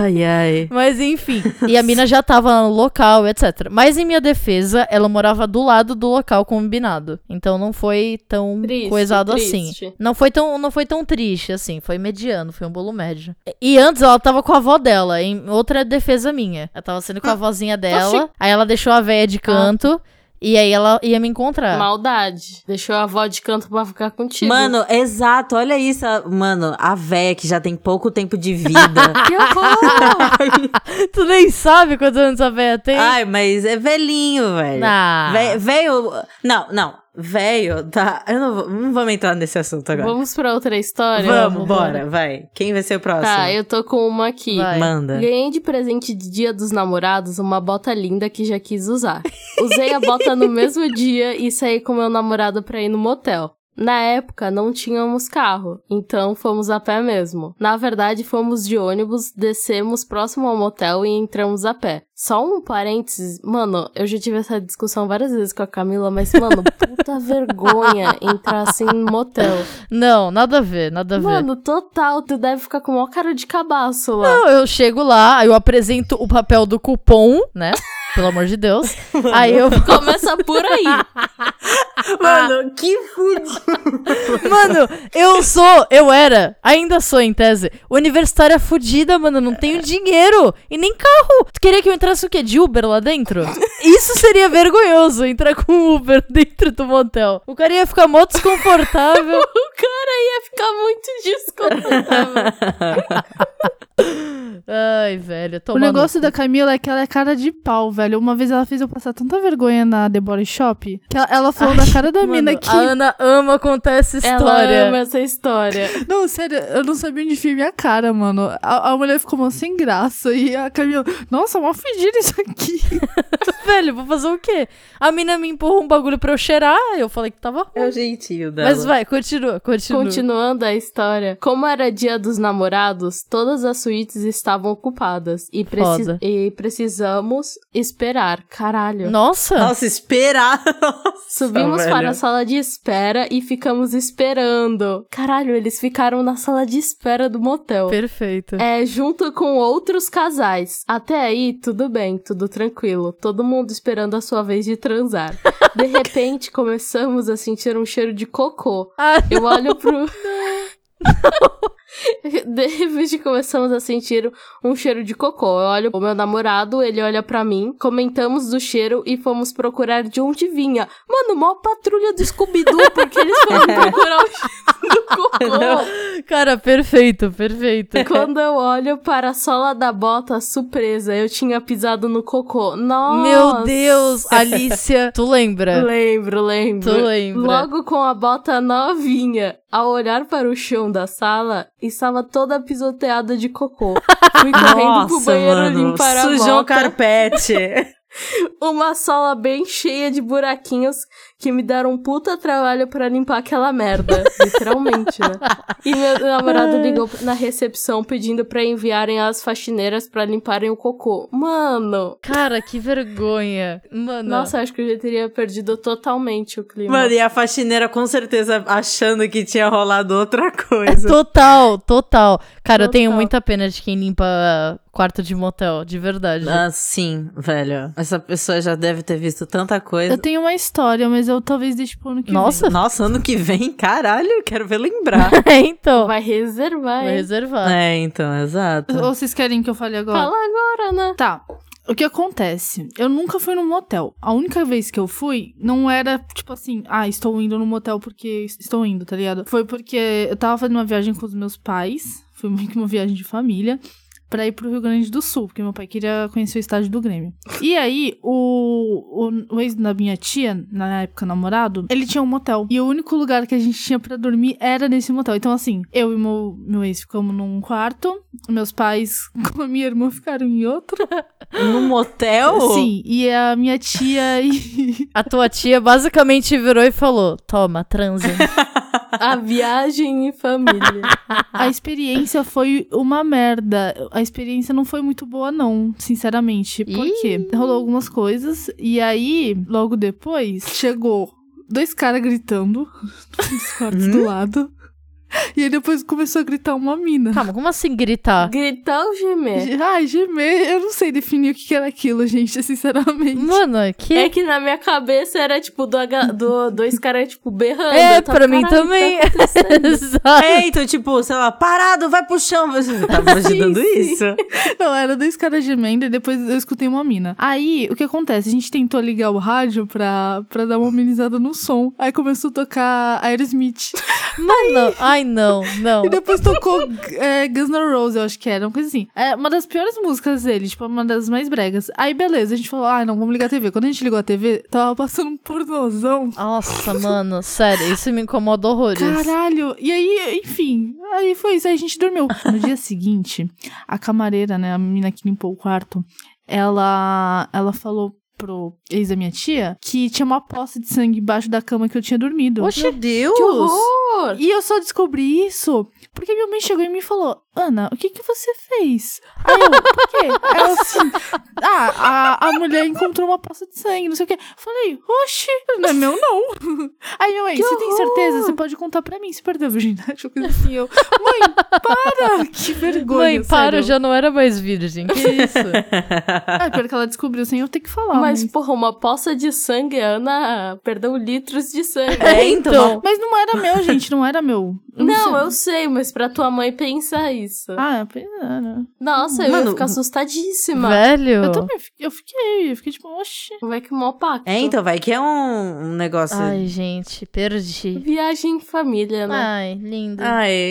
Speaker 4: Ai, ai.
Speaker 3: mas enfim. E a mina já tava lá no local, etc. Mas em minha defesa, ela morava do lado do local combinado. Então não foi tão
Speaker 6: Triste,
Speaker 3: coisado
Speaker 6: triste.
Speaker 3: assim. Não foi, tão, não foi tão triste assim, foi mediano, foi um bolo médio. E antes ela tava com a avó dela, em outra defesa minha. Ela tava sendo com a avózinha dela, aí ela deixou a véia de canto, e aí ela ia me encontrar.
Speaker 6: Maldade. Deixou a avó de canto pra ficar contigo.
Speaker 4: É. Mano, exato, olha isso. a- Mano, a véia que já tem pouco tempo de vida.
Speaker 6: que horror!
Speaker 3: tu nem sabe quantos anos a véia tem.
Speaker 4: Ai, mas é velhinho, velho.
Speaker 3: Ah.
Speaker 4: Ve- Velho. Não, não. Velho, tá. Eu não, vou, não vamos entrar nesse assunto agora.
Speaker 6: Vamos pra outra história?
Speaker 4: Tá. Vamos, bora, vai. Quem vai ser o próximo?
Speaker 6: Tá, eu tô com uma aqui.
Speaker 3: Vai.
Speaker 4: Manda.
Speaker 6: Ganhei de presente de Dia dos Namorados uma bota linda que já quis usar. Usei a bota no mesmo dia e saí com meu namorado pra ir no motel. Na época não tínhamos carro, então fomos a pé mesmo. Na verdade, fomos de ônibus, descemos próximo ao motel e entramos a pé. Só um parênteses, mano, eu já tive essa discussão várias vezes com a Camila, mas, mano, puta vergonha entrar assim no motel.
Speaker 3: Não, nada a ver, nada a ver.
Speaker 6: Mano, total, tu deve ficar com o maior cara de cabaço lá.
Speaker 3: Então, eu chego lá, aí eu apresento o papel do cupom, né? Pelo amor de Deus. Aí eu.
Speaker 6: Começa por aí.
Speaker 4: Mano, que fudido.
Speaker 3: Mano, eu sou, eu era, ainda sou em tese, universitária fudida, mano. Não tenho dinheiro e nem carro. Tu queria que eu entrasse o quê? De Uber lá dentro? Isso seria vergonhoso, entrar com um Uber dentro do motel. O cara ia ficar mó desconfortável.
Speaker 6: O cara ia ficar muito desconfortável.
Speaker 3: Ai, velho,
Speaker 5: O
Speaker 3: toma no
Speaker 5: negócio
Speaker 3: cu.
Speaker 5: da Camila é que ela é cara de pau, velho. Uma vez ela fez eu passar tanta vergonha na The Body Shop que ela, ela falou na cara da
Speaker 3: Mano,
Speaker 5: mina é que.
Speaker 3: A Ana ama contar essa
Speaker 6: Ela
Speaker 3: história.
Speaker 6: ama essa história.
Speaker 5: Não, sério, eu não sabia onde enfiar minha cara, mano. A, a mulher ficou mó sem graça. E a Camila, nossa, mó fedido isso aqui.
Speaker 3: Velho, vou fazer o quê? A mina me empurrou um bagulho pra eu cheirar, eu falei que tava ruim.
Speaker 4: É o jeitinho dela.
Speaker 3: Mas vai, continua, continua.
Speaker 6: Continuando a história, como era dia dos namorados, todas as suítes estavam estavam ocupadas. E, preci-
Speaker 3: Foda.
Speaker 6: e precisamos esperar. Caralho.
Speaker 5: Tá
Speaker 3: Nossa!
Speaker 4: Nossa, esperar.
Speaker 6: Tá Subimos
Speaker 4: velho.
Speaker 6: para a sala de espera e ficamos esperando. Caralho, eles ficaram na sala de espera do motel.
Speaker 3: Perfeito.
Speaker 6: É, junto com outros casais. Até aí, tudo bem, tudo tranquilo. Todo mundo esperando a sua vez de transar. De repente, começamos a sentir um cheiro de cocô.
Speaker 3: Ah,
Speaker 6: Eu olho pro. De repente começamos a sentir um cheiro de cocô. Eu olho pro meu namorado, ele olha pra mim, comentamos do cheiro e fomos procurar de onde vinha. Mano, mó patrulha do Scooby-Doo, porque eles foram procurar o cheiro do cocô.
Speaker 3: cara, perfeito, perfeito.
Speaker 6: Quando eu olho para a sola da bota, surpresa, eu tinha pisado no cocô. Nossa!
Speaker 3: Meu Deus, Alicia, tu lembra?
Speaker 6: Lembro,
Speaker 3: Tu
Speaker 6: lembro.
Speaker 3: lembra?
Speaker 6: Logo com a bota novinha, ao olhar para o chão da sala, estava toda pisoteada de cocô. Fui correndo pro banheiro limpar a
Speaker 4: sujou o
Speaker 6: bota.
Speaker 4: carpete.
Speaker 6: Uma sola bem cheia de buraquinhos que me deram um puta trabalho pra limpar aquela merda. Literalmente, né? E meu namorado ligou na recepção pedindo pra enviarem as faxineiras pra limparem o cocô. Mano...
Speaker 3: Cara, que vergonha. Mano.
Speaker 6: Nossa, acho que eu já teria perdido totalmente o clima.
Speaker 4: Mano, e a faxineira com certeza achando que tinha rolado outra coisa.
Speaker 3: é Total, total. Cara, eu tenho
Speaker 6: Total.
Speaker 3: muita pena de quem limpa quarto de motel, de verdade.
Speaker 4: Ah, sim, velho. Essa pessoa já deve ter visto tanta
Speaker 5: Eu
Speaker 4: coisa.
Speaker 5: tenho uma história, mas eu talvez deixe pro ano que
Speaker 3: Nossa,
Speaker 4: Nossa, ano que vem, caralho, quero ver lembrar.
Speaker 3: então.
Speaker 6: Vai reservar,
Speaker 3: Vai
Speaker 6: hein?
Speaker 3: reservar.
Speaker 4: é, então, exato.
Speaker 5: vem. Ou vocês querem que eu fale agora?
Speaker 6: Fala agora, né?
Speaker 5: Tá. O que acontece? Eu nunca fui num motel. A única vez que eu fui, não era tipo assim, ah, estou indo num motel porque estou indo, tá ligado? Foi porque eu tava fazendo uma viagem com os meus pais, foi meio que uma viagem de família, pra ir pro Rio Grande do Sul, porque meu pai queria conhecer o estádio do Grêmio. E aí, o, o, o ex da minha tia, na época namorado, ele tinha um motel. E o único lugar que a gente tinha pra dormir era nesse motel. Então, assim, eu e meu, meu ex ficamos num quarto, meus pais com a minha irmã ficaram em outro.
Speaker 4: No motel?
Speaker 5: Sim, e a minha tia e.
Speaker 3: A tua tia basicamente virou e falou: Toma, transa.
Speaker 6: A viagem em família.
Speaker 3: Ah.
Speaker 5: A experiência foi uma merda. A experiência não foi muito boa, não, sinceramente. Por
Speaker 3: Ih.
Speaker 5: quê? Rolou algumas coisas, e aí, logo depois, chegou dois caras gritando nos quartos
Speaker 3: Hum?
Speaker 5: do lado. E aí depois começou a gritar uma mina.
Speaker 3: Calma, como assim gritar?
Speaker 6: Gritar ou gemer?
Speaker 5: Ge- Ai, gemer, eu não sei definir o que que era aquilo, gente, sinceramente.
Speaker 3: Mano, que.
Speaker 6: É que na minha cabeça era tipo do, H- do- dois caras tipo berrando.
Speaker 3: É,
Speaker 6: Eu tava,
Speaker 3: pra mim
Speaker 6: "Caralho,
Speaker 3: também."
Speaker 6: Tá acontecendo?"
Speaker 3: Exato.
Speaker 4: É, então, tipo, sei lá, parado, vai pro chão. Você tava imaginando
Speaker 6: sim.
Speaker 4: isso?
Speaker 5: Não, era dois caras gemendo e depois eu escutei uma mina. Aí, o que acontece? A gente tentou ligar o rádio pra, pra dar uma amenizada no som. Aí começou a tocar Aerosmith.
Speaker 3: Mano, ai não, não.
Speaker 5: E depois tocou é, Guns N' Roses, eu acho que era. Uma coisa assim. É uma das piores músicas dele, tipo, uma das mais bregas. Aí, beleza, a gente falou, ah, não, vamos ligar a TV. Quando a gente ligou a TV, tava passando um pornozão.
Speaker 3: Nossa, mano, sério, isso me incomoda horrores.
Speaker 5: Caralho! E aí, enfim, aí foi isso, aí a gente dormiu. No dia seguinte, a camareira, né, a menina que limpou o quarto, ela, ela falou pro ex da minha tia que tinha uma poça de sangue embaixo da cama que eu tinha dormido.
Speaker 3: Oxi,
Speaker 4: Deus!
Speaker 5: Que horror! E eu só descobri isso porque minha mãe chegou em mim e falou: Ana, o que que você fez? Aí eu, por quê? Ela assim, ah, a, a mulher encontrou uma poça de sangue, não sei o quê. Falei, oxi, não é meu não. Aí minha mãe, você tem certeza? Você pode contar pra mim se perdeu a virgindade ou coisa assim. Eu, mãe, para! Que vergonha.
Speaker 3: mãe, para,
Speaker 5: sério.
Speaker 3: eu já não era mais virgem. Que isso?
Speaker 5: Ah, pior que ela descobriu sem eu ter que falar.
Speaker 6: Mas, porra, uma poça de sangue, Ana. Perdão, litros de sangue.
Speaker 4: É, então.
Speaker 5: mas não era meu, gente, não era meu. Eu
Speaker 6: Não,
Speaker 5: sei.
Speaker 6: eu sei, mas pra tua mãe pensar isso.
Speaker 5: Ah, pois era.
Speaker 6: Nossa, eu
Speaker 4: Mano,
Speaker 6: ia ficar assustadíssima.
Speaker 3: Velho.
Speaker 5: Eu também fiquei- eu fiquei, eu fiquei tipo, oxi.
Speaker 6: Vai que mó pacto.
Speaker 4: É, então, vai que é um, um negócio. Ai.
Speaker 3: Ai, gente, perdi.
Speaker 6: Viagem em família, né?
Speaker 3: Ai, lindo.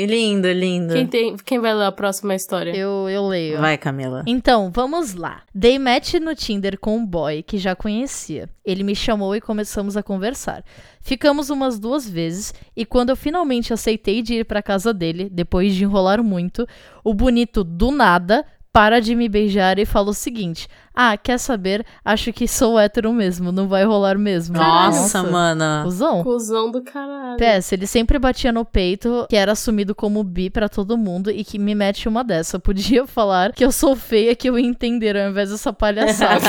Speaker 4: lindo, lindo.
Speaker 6: Quem, tem, quem vai ler a próxima história?
Speaker 3: Eu, eu leio.
Speaker 4: Vai, Camila.
Speaker 3: Então, vamos lá. Dei match no Tinder com um boy que já conhecia. Ele me chamou e começamos a conversar. Ficamos umas duas vezes e quando eu finalmente aceitei de ir pra casa dele, depois de enrolar muito, o bonito do nada para de me beijar e fala o seguinte: Ah, quer saber? Acho que sou hétero mesmo, não vai rolar mesmo.
Speaker 4: Nossa, mano.
Speaker 3: Cusão.
Speaker 6: Cusão do caralho.
Speaker 3: PS, ele sempre batia no peito que era assumido como bi pra todo mundo e que me mete uma dessa. Podia falar que eu sou feia que eu ia entender ao invés dessa palhaçada.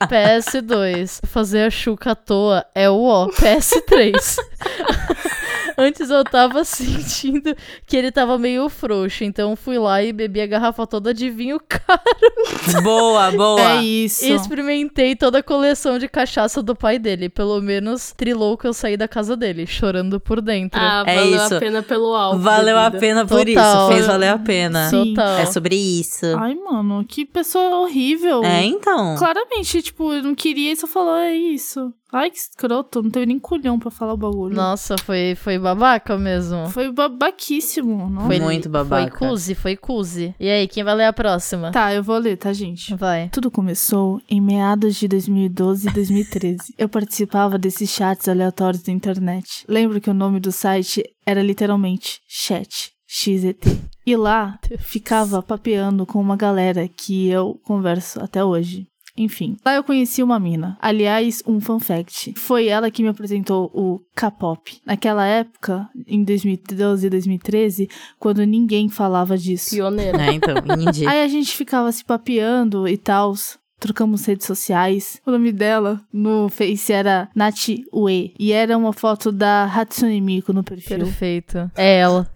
Speaker 3: PS2. Fazer a chuca à toa é o ó. PS3. Antes eu tava sentindo que ele tava meio frouxo, então fui lá e bebi a garrafa toda de vinho caro
Speaker 4: boa, boa.
Speaker 5: É isso.
Speaker 3: e experimentei toda a coleção de cachaça do pai dele. Pelo menos trilou que eu saí da casa dele, chorando por dentro.
Speaker 6: Ah,
Speaker 4: É
Speaker 6: valeu
Speaker 4: isso.
Speaker 6: a pena pelo álbum.
Speaker 4: Valeu a pena por isso.
Speaker 3: Total.
Speaker 4: Fez valer a pena.
Speaker 5: Sim.
Speaker 3: Total.
Speaker 4: É sobre isso.
Speaker 5: Ai, mano, que pessoa horrível.
Speaker 4: É, então.
Speaker 5: Claramente, tipo, eu não queria e só falou, é isso. Ai, que escroto, não teve nem culhão pra falar o bagulho.
Speaker 3: Nossa, foi, foi babaca mesmo.
Speaker 5: Foi babaquíssimo. Nossa.
Speaker 3: Foi
Speaker 4: Muito babaca.
Speaker 3: Foi cuzi, foi cuzi. E aí, quem vai ler a próxima?
Speaker 5: Tá, eu vou ler, tá, gente?
Speaker 3: Vai.
Speaker 5: Tudo começou em meados de 2012 e 2013. Eu participava desses chats aleatórios da internet. Lembro que o nome do site era literalmente chat, XET. E lá ficava papeando com uma galera que eu converso até hoje. Enfim, lá eu conheci uma mina. Aliás, um fun fact. Foi ela que me apresentou o K-pop. Naquela época, em 2012 e 2013, quando ninguém falava disso.
Speaker 6: Pioneira.
Speaker 4: É, então. Indie.
Speaker 5: Aí a gente ficava se papeando e tal, Trocamos redes sociais. O nome dela no Face era Nath Ue. E era uma foto da Hatsune Miku no perfil.
Speaker 3: Perfeito. É ela.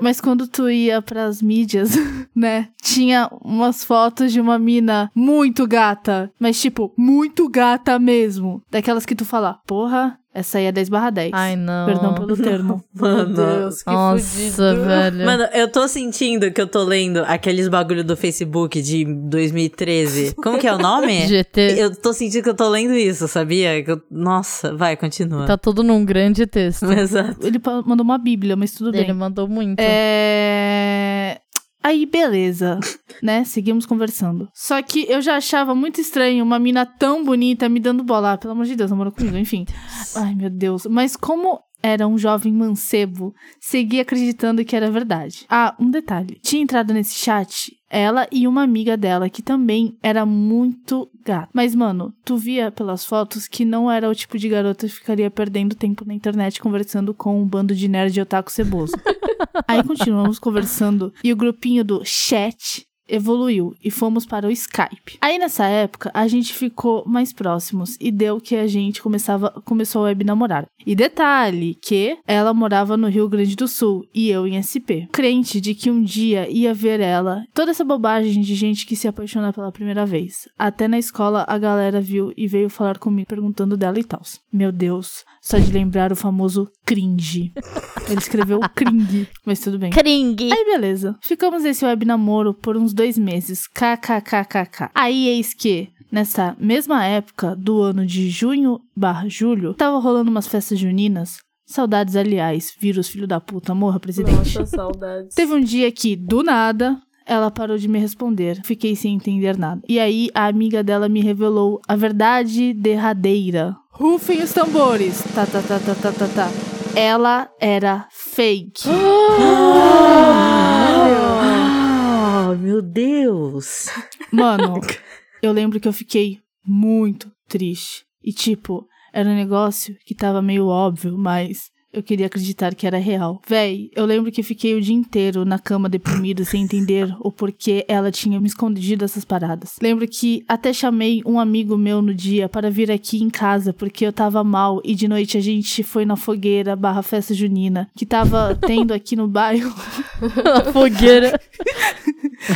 Speaker 5: Mas quando tu ia pras mídias, né? Tinha umas fotos de uma mina muito gata. Mas, tipo, muito gata mesmo. Daquelas que tu fala, porra, essa aí é 10 barra 10.
Speaker 3: Ai, não.
Speaker 5: Perdão pelo termo.
Speaker 6: Meu Deus, que
Speaker 3: Nossa,
Speaker 6: fudido.
Speaker 3: velho.
Speaker 4: Mano, eu tô sentindo que eu tô lendo aqueles bagulho do Facebook de 2013. Como que é o nome?
Speaker 3: GT.
Speaker 4: Eu tô sentindo que eu tô lendo isso, sabia? Que eu- Nossa, vai, continua.
Speaker 3: Tá tudo num grande texto.
Speaker 4: Exato.
Speaker 5: Ele pa- mandou uma bíblia, mas tudo bem.
Speaker 3: Ele mandou muito.
Speaker 5: É. Aí, beleza, né? Seguimos conversando. Só que eu já achava muito estranho uma mina tão bonita me dando bola. Ah, pelo amor de Deus, namorou comigo, enfim. Ai, meu Deus. Mas como era um jovem mancebo, segui acreditando que era verdade. Ah, um detalhe. Tinha entrado nesse chat ela e uma amiga dela, que também era muito gata. Mas, mano, tu via pelas fotos que não era o tipo de garota que ficaria perdendo tempo na internet conversando com um bando de nerd e otaku ceboso. Aí continuamos conversando e o grupinho do chat evoluiu e fomos para o Skype. Aí nessa época a gente ficou mais próximos e deu que a gente começava começou a web namorar. E detalhe que ela morava no Rio Grande do Sul e eu em SP. Crente de que um dia ia ver ela. Toda essa bobagem de gente que se apaixona pela primeira vez. Até na escola a galera viu e veio falar comigo perguntando dela e tal. Meu Deus, só de lembrar o famoso cringe. Ele escreveu cringe, mas tudo bem.
Speaker 3: Cringue.
Speaker 5: Aí beleza. Ficamos nesse web namoro por uns dois meses. KKKKK. Aí eis que, nessa mesma época do ano de junho barra julho, tava rolando umas festas juninas. Saudades, aliás. Vírus, filho da puta. Morra, presidente.
Speaker 6: Nossa, saudades.
Speaker 5: Teve um dia que, do nada, ela parou de me responder. Fiquei sem entender nada. E aí, a amiga dela me revelou a verdade derradeira. Rufem os tambores. Tá, tá, tá, tá, tá, tá, tá. Ela era fake.
Speaker 4: Ah, meu Deus.
Speaker 5: Mano, eu lembro que eu fiquei muito triste. E, tipo, era um negócio que tava meio óbvio, mas eu queria acreditar que era real. Véi, eu lembro que fiquei o dia inteiro na cama deprimido, sem entender o porquê ela tinha me escondido essas paradas. Lembro que até chamei um amigo meu no dia para vir aqui em casa, porque eu tava mal. E de noite a gente foi na fogueira barra festa junina, que tava tendo aqui no bairro.
Speaker 3: A fogueira.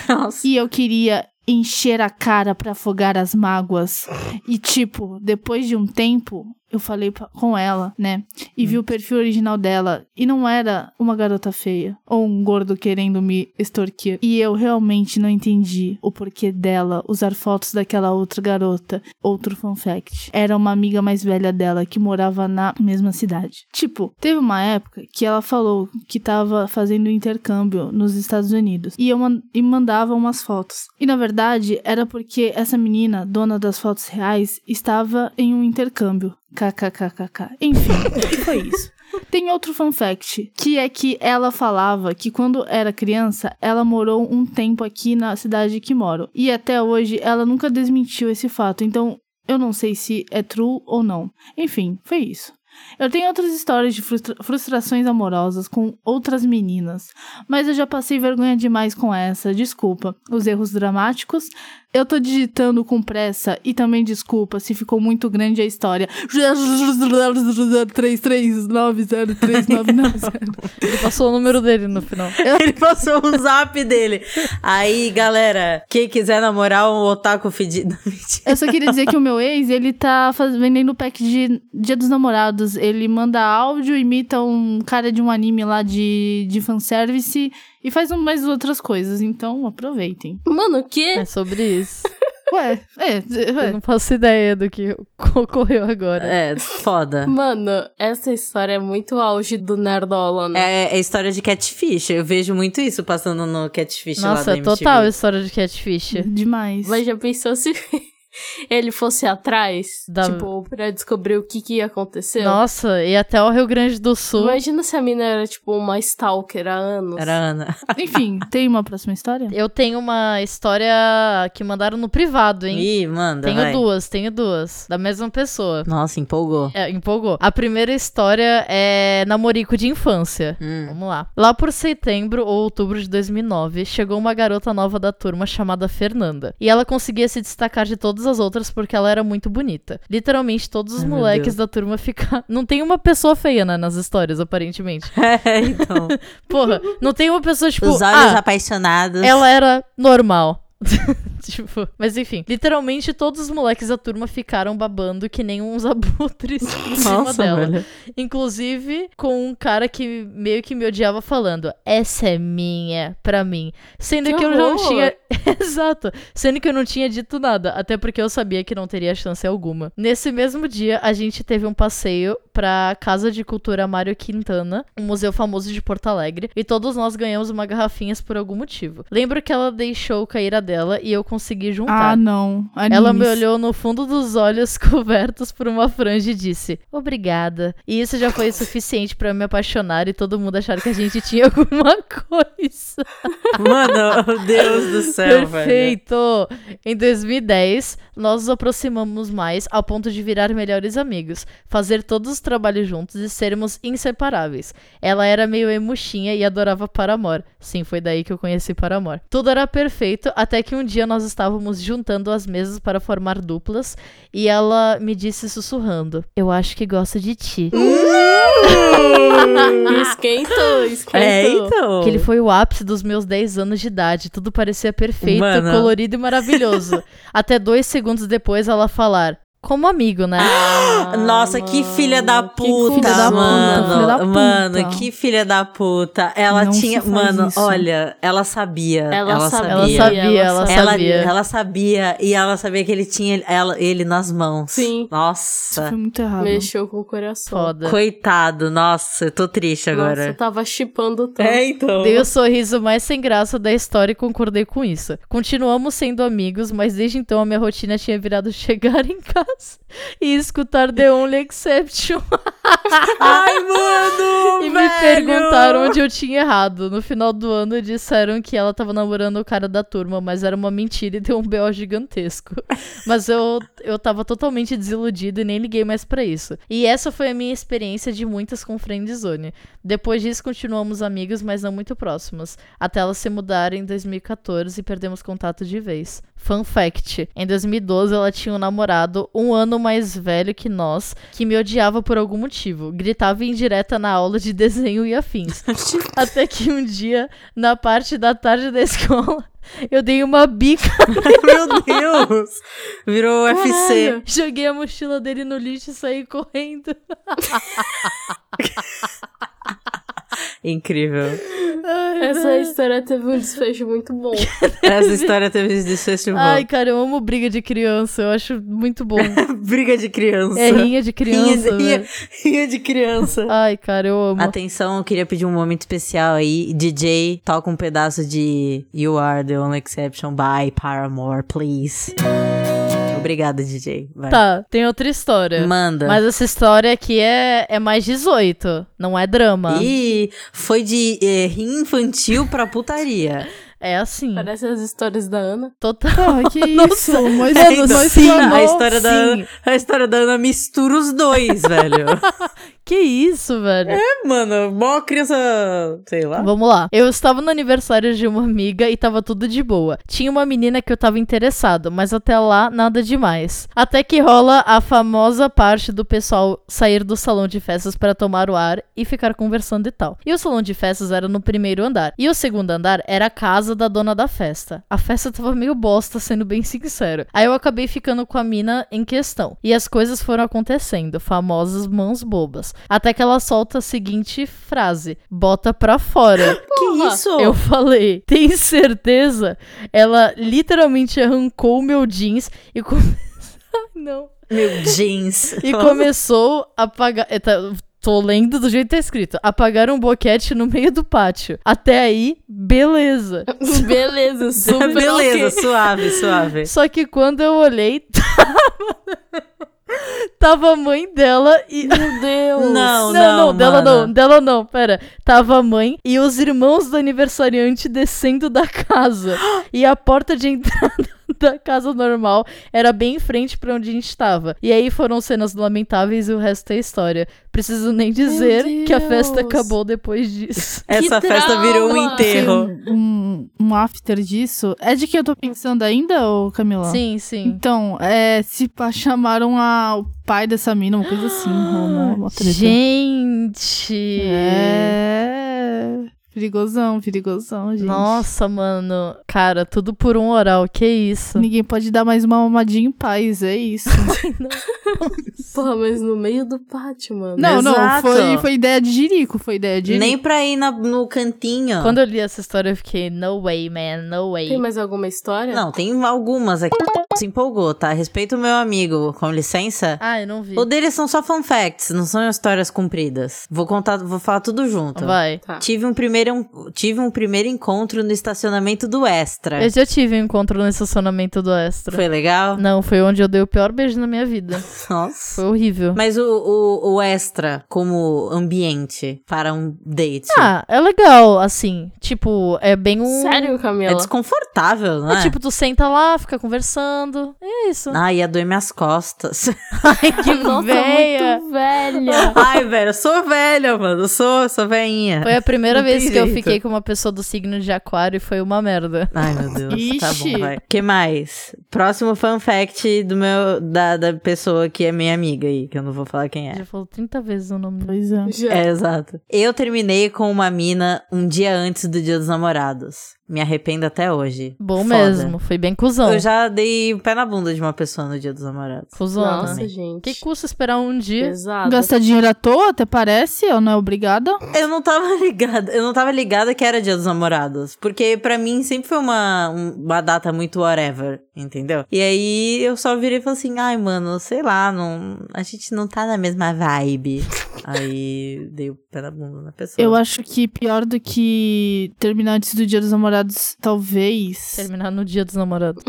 Speaker 4: Nossa.
Speaker 5: E eu queria encher a cara pra afogar as mágoas. E tipo, depois de um tempo, eu falei pra- com ela, né? E vi o perfil original dela e não era uma garota feia ou um gordo querendo me extorquir. E eu realmente não entendi o porquê dela usar fotos daquela outra garota. Outro fun fact. Era uma amiga mais velha dela que morava na mesma cidade. Tipo, teve uma época que ela falou que tava fazendo intercâmbio nos Estados Unidos. E eu man- e mandava umas fotos. E na verdade, era porque essa menina, dona das fotos reais, estava em um intercâmbio. KKKKK. Enfim, foi isso. Tem outro fun fact, que é que ela falava que quando era criança, ela morou um tempo aqui na cidade que moro. E até hoje ela nunca desmentiu esse fato. Então, eu não sei se é true ou não. Enfim, foi isso. Eu tenho outras histórias de frustra- frustrações amorosas com outras meninas, mas eu já passei vergonha demais com essa, desculpa. Os erros dramáticos. Eu tô digitando com pressa e também desculpa se ficou muito grande a história. 33903990.
Speaker 3: Ele passou o número dele no final.
Speaker 4: Ele passou o zap dele. Aí, galera, quem quiser namorar um otaku fedido.
Speaker 5: Eu só queria dizer que o meu ex, ele tá faz- vendendo pack de Dia dos Namorados. Ele manda áudio, imita um cara de um anime lá de, de fanservice e faz um, mais outras coisas. Então, aproveitem.
Speaker 6: Mano, o quê?
Speaker 3: É sobre isso.
Speaker 5: Ué, é,
Speaker 3: Eu
Speaker 5: é.
Speaker 3: não faço ideia do que ocorreu agora.
Speaker 4: É, foda.
Speaker 6: Mano, essa história é muito auge do Nerdola, né?
Speaker 4: É, é história de catfish. Eu vejo muito isso passando no catfish lá da
Speaker 3: Nossa,
Speaker 4: MTV.
Speaker 3: total história de catfish.
Speaker 5: Demais.
Speaker 6: Mas já pensou se ele fosse atrás?
Speaker 3: Da-
Speaker 6: Tipo, pra descobrir o que que ia acontecer?
Speaker 3: Nossa, e até o Rio Grande do Sul.
Speaker 6: Imagina se a mina era, tipo, uma stalker há anos.
Speaker 4: Era a Ana.
Speaker 5: Enfim, tem uma próxima história?
Speaker 3: Eu tenho uma história que mandaram no privado, hein?
Speaker 4: Ih, manda.
Speaker 3: tenho
Speaker 4: vai.
Speaker 3: duas, tenho duas. Da mesma pessoa.
Speaker 4: Nossa, empolgou.
Speaker 3: É, empolgou. A primeira história é namorico de infância.
Speaker 4: Hum.
Speaker 3: Vamos lá. Lá por setembro ou outubro de 2009, chegou uma garota nova da turma chamada Fernanda. E ela conseguia se destacar de todas as outras porque ela era muito bonita. Literalmente, todos os
Speaker 4: Ai, meu
Speaker 3: moleques
Speaker 4: Deus.
Speaker 3: da turma ficaram. Não tem uma pessoa feia né, nas histórias, aparentemente.
Speaker 4: É, então.
Speaker 3: Porra, não tem uma pessoa tipo.
Speaker 4: Os olhos
Speaker 3: ah,
Speaker 4: apaixonados.
Speaker 3: ela é era normal. tipo, mas enfim, literalmente todos os moleques da turma ficaram babando que nem uns abutres em cima
Speaker 4: Nossa,
Speaker 3: dela.
Speaker 4: velho.
Speaker 3: Inclusive com um cara que meio que me odiava falando: Essa é minha, pra mim. Sendo que,
Speaker 6: Que
Speaker 3: eu não
Speaker 6: horror!
Speaker 3: tinha. Exato. Sendo que eu não tinha dito nada, até porque eu sabia que não teria chance alguma. Nesse mesmo dia, a gente teve um passeio pra Casa de Cultura Mário Quintana, um museu famoso de Porto Alegre, e todos nós ganhamos uma garrafinhas por algum motivo. Lembro que ela deixou cair a dela e eu consegui juntar.
Speaker 5: Ah, não. Animes.
Speaker 3: Ela me olhou no fundo dos olhos cobertos por uma franja e disse: "Obrigada". E isso já foi suficiente pra eu me apaixonar e todo mundo achar que a gente tinha alguma coisa.
Speaker 4: Mano, meu Deus do céu, velho.
Speaker 3: Perfeito. Em 2010, nós nos aproximamos mais ao ponto de virar melhores amigos, fazer todos os trabalhos juntos e sermos inseparáveis. Ela era meio emuxinha e adorava Paramore. Sim, foi daí que eu conheci Paramore. Tudo era perfeito até que um dia nós estávamos juntando as mesas para formar duplas e ela me disse sussurrando: "Eu acho que gosto de ti".
Speaker 6: Esquentou, esquentou.
Speaker 4: É, então.
Speaker 3: Que ele foi o ápice dos meus 10 anos de idade. Tudo parecia perfeito,
Speaker 4: Mano.
Speaker 3: colorido e maravilhoso. Até dois segundos depois ela falar. Como amigo, né?
Speaker 4: Ah, Nossa, que filha da puta,
Speaker 5: filha da puta,
Speaker 4: mano.
Speaker 5: filha da puta.
Speaker 4: Mano, que filha da puta. Ela
Speaker 5: Não se
Speaker 4: tinha.
Speaker 5: faz
Speaker 4: Mano,
Speaker 5: isso.
Speaker 4: olha, ela sabia.
Speaker 6: Ela, sabia,
Speaker 3: Ela sabia, ela sabia.
Speaker 4: Ela, ela sabia e ela sabia que ele tinha ela, ele nas mãos.
Speaker 6: Sim.
Speaker 5: Isso
Speaker 4: Nossa.
Speaker 5: foi muito errado.
Speaker 6: Mexeu com o coração.
Speaker 3: Foda.
Speaker 4: Coitado, nossa, eu tô triste
Speaker 6: Nossa, eu
Speaker 4: agora.
Speaker 6: tava chipando tanto.
Speaker 4: É, então.
Speaker 3: Dei o sorriso mais sem graça da história e concordei com isso. Continuamos sendo amigos, mas desde então a minha rotina tinha virado chegar em casa e escutar The Only Exception
Speaker 4: Ai, mano!
Speaker 3: e me
Speaker 4: velho!
Speaker 3: perguntaram onde eu tinha errado. No final do ano disseram que ela tava namorando o cara da turma, mas era uma mentira e deu um BO gigantesco. Mas eu, eu tava totalmente desiludida e nem liguei mais pra isso. E essa foi a minha experiência de muitas com Friendzone. Depois disso, continuamos amigos, mas não muito próximos. Até elas se mudaram em 2014 e perdemos contato de vez. Fun fact: em 2012 ela tinha um namorado um ano mais velho que nós, que me odiava por algum motivo, gritava indireta na aula de desenho e afins. Até que um dia, na parte da tarde da escola, eu dei uma bica
Speaker 4: Meu Deus! Virou UFC.
Speaker 3: Joguei a mochila dele no lixo e saí correndo.
Speaker 4: Incrível.
Speaker 6: Essa história teve um desfecho muito bom.
Speaker 4: Essa história teve esse desfecho bom.
Speaker 3: Ai, cara, eu amo briga de criança. Eu acho muito bom.
Speaker 4: Briga de criança.
Speaker 3: É rinha de criança.
Speaker 4: Rinha- rinha-
Speaker 3: velho.
Speaker 4: rinha de criança.
Speaker 3: Ai, cara, eu amo.
Speaker 4: Atenção, eu queria pedir um momento especial aí. DJ, toca um pedaço de You Are the Only Exception by Paramore, please. Obrigada, DJ. Vai.
Speaker 3: Tá, tem outra história.
Speaker 4: Manda.
Speaker 3: Mas essa história aqui é, é mais 18, não é drama.
Speaker 4: Ih, foi de eh, rim infantil pra putaria.
Speaker 3: É assim.
Speaker 6: Parece as histórias da Ana.
Speaker 3: Total.
Speaker 5: Porra, Ah, que isso? Moisés,
Speaker 3: É, não
Speaker 5: Moisés
Speaker 3: sei,
Speaker 5: clamou.
Speaker 4: Então, a história da
Speaker 3: sim.
Speaker 4: Ana, a história da Ana mistura os dois, velho.
Speaker 3: Que isso, velho.
Speaker 4: Mano, mó criança, sei lá.
Speaker 3: Vamos lá. Eu estava no aniversário de uma amiga e tava tudo de boa. Tinha uma menina que eu tava interessado, mas até lá nada demais. Até que rola a famosa parte do pessoal sair do salão de festas para tomar o ar e ficar conversando e tal. E o salão de festas era no primeiro andar. E o segundo andar era a casa da dona da festa. A festa tava meio bosta, sendo bem sincero. Aí eu acabei ficando com a mina em questão. E as coisas foram acontecendo, famosas mãos bobas. Até que ela solta a seguinte frase: bota pra fora.
Speaker 4: Que isso?
Speaker 3: Eu falei, tem certeza? Ela literalmente arrancou o meu jeans e começou. Não.
Speaker 4: Meu jeans.
Speaker 3: E começou a pagar. eh, tá, Tô lendo do jeito que tá escrito. Apagaram um boquete no meio do pátio. Até aí, beleza.
Speaker 6: Beleza,
Speaker 3: um
Speaker 6: super
Speaker 4: Beleza,
Speaker 6: ok.
Speaker 4: suave, suave.
Speaker 3: Só que quando eu olhei, tava, tava a mãe dela e.
Speaker 6: Meu Deus.
Speaker 4: Não, não,
Speaker 3: dela
Speaker 4: mano.
Speaker 3: não, dela não, pera. Tava a mãe e os irmãos do aniversariante descendo da casa. E a porta de entrada da casa normal era bem em frente pra onde a gente tava. E aí foram cenas lamentáveis e o resto é história. Preciso nem dizer que a festa
Speaker 6: Deus.
Speaker 3: acabou depois disso.
Speaker 4: Essa festa
Speaker 6: trauma!
Speaker 4: virou um
Speaker 5: Tem
Speaker 4: enterro.
Speaker 5: Um, um- um after disso. É de que eu tô pensando ainda, ô Camila?
Speaker 3: Sim, sim.
Speaker 5: Então, é, se pá, chamaram a- o pai dessa mina, uma coisa assim,
Speaker 3: Ah,
Speaker 5: uma, uma treta.
Speaker 3: Gente!
Speaker 5: É. Perigosão, perigosão, gente.
Speaker 3: Nossa, mano. Cara, tudo por um oral, que isso?
Speaker 5: Ninguém pode dar mais uma mamadinha em paz, é isso.
Speaker 6: Porra, mas no meio do pátio, mano.
Speaker 5: não, não,
Speaker 4: Exato.
Speaker 5: foi, foi ideia de Jerico, foi ideia de
Speaker 4: Nem pra ir na- no cantinho.
Speaker 3: Quando eu li essa história, eu fiquei, no way, man, no way.
Speaker 6: Tem mais alguma história?
Speaker 4: Não, tem algumas aqui. Se empolgou, tá? Respeita o meu amigo, com licença.
Speaker 3: Ah, eu não vi.
Speaker 4: O deles são só fun facts, não são histórias compridas. Vou contar, vou falar tudo junto.
Speaker 3: Então Vai.
Speaker 6: Tá.
Speaker 4: Tive um primeiro, um- tive um primeiro encontro no estacionamento do Extra.
Speaker 3: Eu já tive um encontro no estacionamento do Extra.
Speaker 4: É. Foi legal?
Speaker 3: Não, foi onde eu dei o pior beijo na minha vida.
Speaker 4: Nossa.
Speaker 3: Foi horrível.
Speaker 4: Mas o, o, o extra como ambiente para um date
Speaker 3: Ah, é legal, assim. Tipo, é bem um.
Speaker 6: Sério,
Speaker 4: é
Speaker 6: Camila?
Speaker 4: desconfortável, não
Speaker 3: É
Speaker 4: é?
Speaker 3: tipo, tu senta lá, fica conversando. É isso.
Speaker 4: Ah, ia doer minhas costas.
Speaker 3: Ai, que
Speaker 6: Nossa,
Speaker 3: véia.
Speaker 6: muito velha.
Speaker 4: Ai, velho, eu sou velha, mano. Eu sou, sou veinha.
Speaker 3: Foi a primeira
Speaker 4: Não tem
Speaker 3: vez que eu
Speaker 4: jeito.
Speaker 3: fiquei com uma pessoa do signo de aquário e foi uma merda.
Speaker 4: Ai, meu Deus. Tá
Speaker 5: Ixi.
Speaker 4: bom, vai. que mais? Próximo fun fact do meu, da, da pessoa que é minha amiga aí, que eu não vou falar quem é.
Speaker 3: Já falou 30 vezes o nome dele.
Speaker 5: Pois é.
Speaker 6: Já.
Speaker 4: É, exato. Eu terminei com uma mina um dia antes do Dia dos Namorados. Me arrependo até hoje.
Speaker 3: Bom
Speaker 4: Foda.
Speaker 3: mesmo, foi bem cuzão.
Speaker 4: Eu já dei o pé na bunda de uma pessoa no Dia dos Namorados.
Speaker 3: Cuzona.
Speaker 6: Nossa, gente.
Speaker 3: Que custa esperar um dia?
Speaker 6: Pesado.
Speaker 5: Gastar dinheiro à toa, até parece, ou não é obrigada?
Speaker 4: Eu não tava ligada, eu não tava ligada que era Dia dos Namorados, porque pra mim sempre foi uma, um- uma data muito whatever, entendeu? E aí eu só virei e falei assim: "Ai, mano, sei lá, não, a gente não tá na mesma vibe". aí dei o pé na bunda na pessoa.
Speaker 5: Eu acho que pior do que terminar antes do Dia dos Namorados, talvez.
Speaker 3: Terminar no dia dos namorados.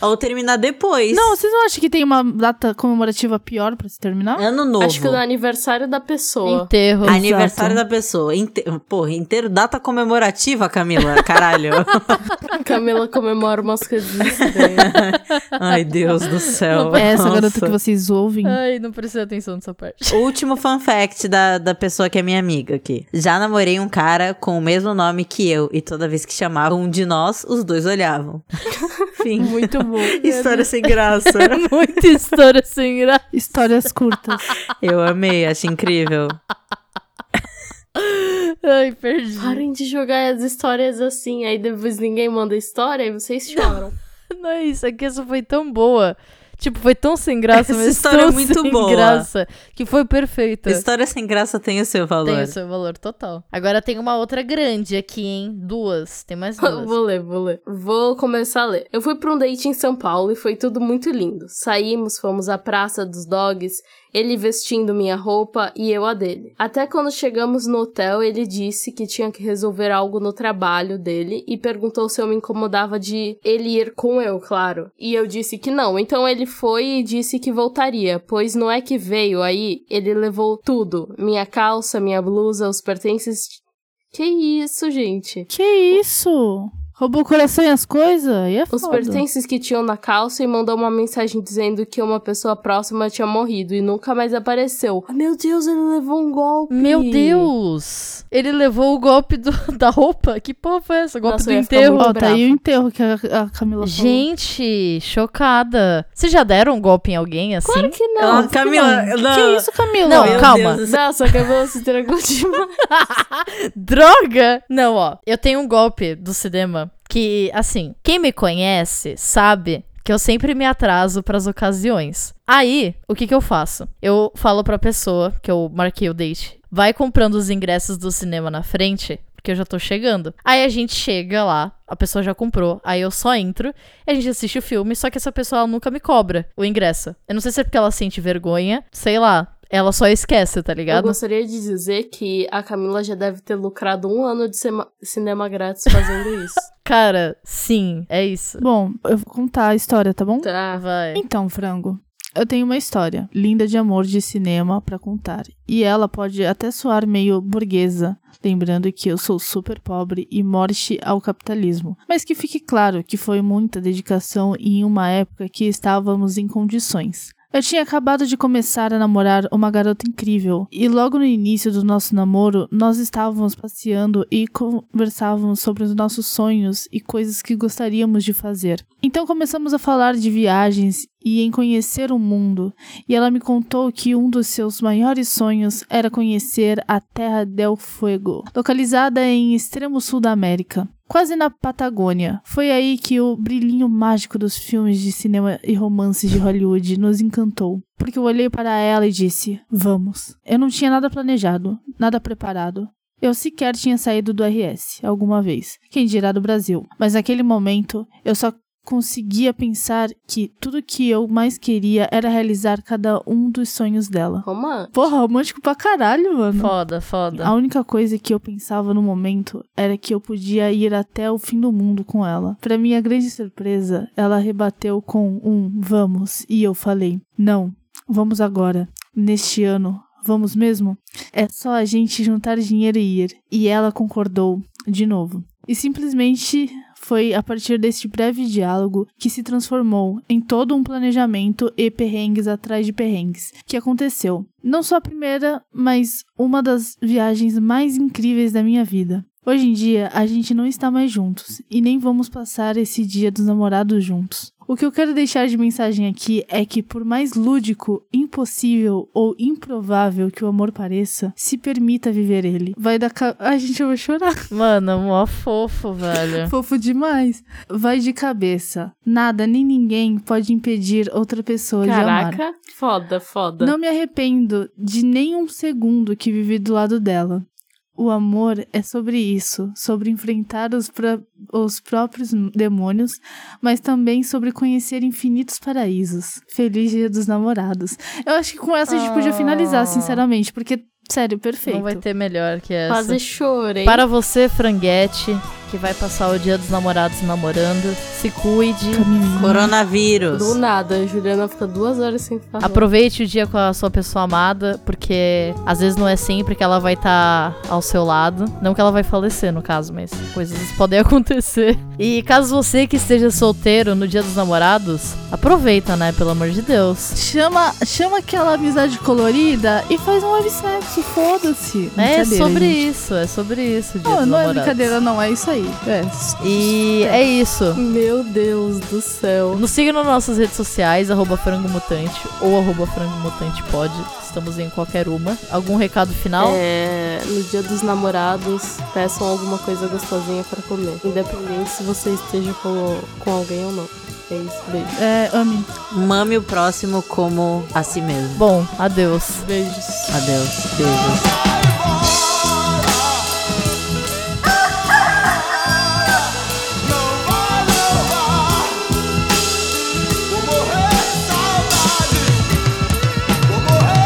Speaker 4: Ou terminar depois.
Speaker 5: Não, vocês não acham que tem uma data comemorativa pior pra se terminar?
Speaker 4: ano novo.
Speaker 6: Acho que no aniversário da pessoa.
Speaker 5: um
Speaker 3: Enterro.
Speaker 4: Aniversário da pessoa. Inte... Porra, inteiro data comemorativa, Camila. Caralho.
Speaker 6: Camila comemora umas coisas estranhas.
Speaker 4: Ai, Deus do céu.
Speaker 5: É essa
Speaker 4: Nossa.
Speaker 5: garota que vocês ouvem.
Speaker 3: Ai, não precisa atenção nessa parte.
Speaker 4: O Último fun fact da, da pessoa que é minha amiga aqui. Já namorei um cara com o mesmo nome que eu, e toda vez que chamavam um de nós, os dois olhavam. Fim.
Speaker 3: Muito bom.
Speaker 4: História sem graça.
Speaker 3: Muita história sem graça.
Speaker 5: Histórias curtas.
Speaker 4: Eu amei, acho incrível.
Speaker 3: Ai, perdi.
Speaker 6: Parem de jogar as histórias assim, aí depois ninguém manda história e vocês choram.
Speaker 3: Não, é isso aqui essa foi tão boa. Tipo, foi tão sem graça,
Speaker 4: Essa
Speaker 3: mas
Speaker 4: história
Speaker 3: tão
Speaker 4: é muito
Speaker 3: sem
Speaker 4: boa.
Speaker 3: graça que foi perfeita.
Speaker 4: História sem graça tem o seu valor.
Speaker 3: Tá. Tem o seu valor total. Agora tem uma outra grande aqui, hein? Duas. Tem mais duas.
Speaker 6: Vou ler, vou ler. Vou começar a ler. Eu fui pra um date em São Paulo e foi tudo muito lindo. Saímos, fomos à Praça dos Dogs ele vestindo minha roupa e eu a dele. Até quando chegamos no hotel, ele disse que tinha que resolver algo no trabalho dele e perguntou se eu me incomodava de ele ir com eu, claro. E eu disse que não. Então ele foi e disse que voltaria, pois não é que veio aí, ele levou tudo: minha calça, minha blusa, os pertences. Que isso, gente?
Speaker 5: Que isso? Roubou o coração e as coisas? Aí é
Speaker 6: Os
Speaker 5: foda.
Speaker 6: pertences que tinham na calça e mandou uma mensagem dizendo que uma pessoa próxima tinha morrido e nunca mais apareceu. Meu Deus, ele levou um golpe.
Speaker 3: Meu Deus! Ele levou o golpe do- da roupa? Que porra foi essa? Golpe
Speaker 6: Nossa,
Speaker 3: do
Speaker 6: eu ia ficar
Speaker 3: enterro?
Speaker 6: muito
Speaker 5: Ó, tá aí
Speaker 6: brava.
Speaker 5: o enterro que a, a Camila falou.
Speaker 3: Gente, chocada. Vocês já deram um golpe em alguém assim?
Speaker 6: Claro que não.
Speaker 4: Ah,
Speaker 6: Nossa,
Speaker 4: Camila,
Speaker 6: que
Speaker 4: eu
Speaker 5: Que
Speaker 4: não.
Speaker 5: isso, Camila?
Speaker 3: Não,
Speaker 4: Meu
Speaker 3: calma.
Speaker 4: Deus do céu.
Speaker 6: Não, só que eu vou se dragão demais.
Speaker 3: Droga! Não, ó. Eu tenho um golpe do cinema que, assim, quem me conhece sabe que eu sempre me atraso pras ocasiões. Aí, o que que eu faço? Eu falo pra pessoa que eu marquei o date, vai comprando os ingressos do cinema na frente, porque eu já tô chegando. Aí a gente chega lá, a pessoa já comprou, aí eu só entro e a gente assiste o filme, só que essa pessoa ela nunca me cobra o ingresso. Eu não sei se é porque ela sente vergonha, sei lá. Ela só esquece, tá
Speaker 6: Eu
Speaker 3: ligado?
Speaker 6: gostaria de dizer que a Camila já deve ter lucrado um ano de sema- cinema grátis fazendo isso.
Speaker 3: Cara, sim, é isso.
Speaker 5: Bom, eu vou contar a história, tá bom?
Speaker 6: Tá.
Speaker 3: Vai.
Speaker 5: Então, frango, eu tenho uma história linda de amor de cinema pra contar. E ela pode até soar meio burguesa, lembrando que eu sou super pobre e morte ao capitalismo. Mas que fique claro que foi muita dedicação e em uma época que estávamos em condições. Eu tinha acabado de começar a namorar uma garota incrível, e logo no início do nosso namoro, nós estávamos passeando e conversávamos sobre os nossos sonhos e coisas que gostaríamos de fazer. Então começamos a falar de viagens e em conhecer o mundo, e ela me contou que um dos seus maiores sonhos era conhecer a Terra del Fuego, localizada em extremo sul da América, quase na Patagônia. Foi aí que o brilhinho mágico dos filmes de cinema e romances de Hollywood nos encantou, porque eu olhei para ela e disse: "Vamos". Eu não tinha nada planejado, nada preparado. Eu sequer tinha saído do RS alguma vez, quem dirá do Brasil. Mas naquele momento, eu só conseguia pensar que tudo que eu mais queria era realizar cada um dos sonhos dela.
Speaker 6: Romã.
Speaker 5: Porra, romântico pra caralho, mano.
Speaker 3: Foda, foda.
Speaker 5: A única coisa que eu pensava no momento era que eu podia ir até o fim do mundo com ela. Para minha grande surpresa, ela rebateu com um vamos e eu falei: "Não, vamos agora, neste ano. Vamos mesmo? É só a gente juntar dinheiro e ir." E ela concordou de novo. E simplesmente foi a partir deste breve diálogo que se transformou em todo um planejamento e perrengues atrás de perrengues, que aconteceu. Não só a primeira, mas uma das viagens mais incríveis da minha vida. Hoje em dia, a gente não está mais juntos e nem vamos passar esse dia dos namorados juntos. O que eu quero deixar de mensagem aqui é que, por mais lúdico, impossível ou improvável que o amor pareça, se permita viver ele. Vai dar. Ca... Ai, gente, eu vou chorar.
Speaker 3: Mano, é mó fofo, velho.
Speaker 5: Fofo demais. Vai de cabeça. Nada nem ninguém pode impedir outra pessoa de amar.
Speaker 6: Caraca. Foda, foda.
Speaker 5: Não me arrependo de nenhum segundo que vivi do lado dela. O amor é sobre isso, sobre enfrentar os, pró- os próprios demônios, mas também sobre conhecer infinitos paraísos. Feliz Dia dos Namorados. Eu acho que com essa a gente podia finalizar,
Speaker 3: Ah.
Speaker 5: sinceramente, porque, sério, perfeito.
Speaker 3: Não vai ter melhor que essa.
Speaker 6: Quase chorei.
Speaker 3: Para você, franguete, que vai passar o dia dos namorados namorando, se cuide.
Speaker 4: Coronavírus.
Speaker 6: Do nada, a Juliana fica duas horas sem falar.
Speaker 3: Aproveite o dia com a sua pessoa amada, porque às vezes não é sempre que ela vai estar ao seu lado. Não que ela vai falecer, no caso, mas coisas podem acontecer. E caso você que esteja solteiro no dia dos namorados, aproveita, né? Pelo amor de Deus.
Speaker 5: Chama, chama aquela amizade colorida e faz um websexo, foda-se.
Speaker 3: É
Speaker 5: Brincadeira,
Speaker 3: sobre
Speaker 5: gente.
Speaker 3: isso, é sobre isso, o dia
Speaker 5: Não,
Speaker 3: dos
Speaker 5: não é
Speaker 3: namorados.
Speaker 5: brincadeira, não, é isso aí. É.
Speaker 3: E é isso.
Speaker 6: Meu Deus do céu.
Speaker 3: Nos siga nas nossas redes sociais, arroba frangomutante ou arroba frangomutantepod. Estamos em qualquer uma. Algum recado final?
Speaker 6: É, no dia dos namorados, peçam alguma coisa gostosinha pra comer. Independente se você esteja com, com alguém ou não. É isso, beijo.
Speaker 5: É, ame.
Speaker 4: Mame o próximo como a si mesmo.
Speaker 3: Bom, adeus.
Speaker 6: Beijos.
Speaker 4: Adeus. Beijos.
Speaker 1: Vou morrer de saudade. Vou morrer.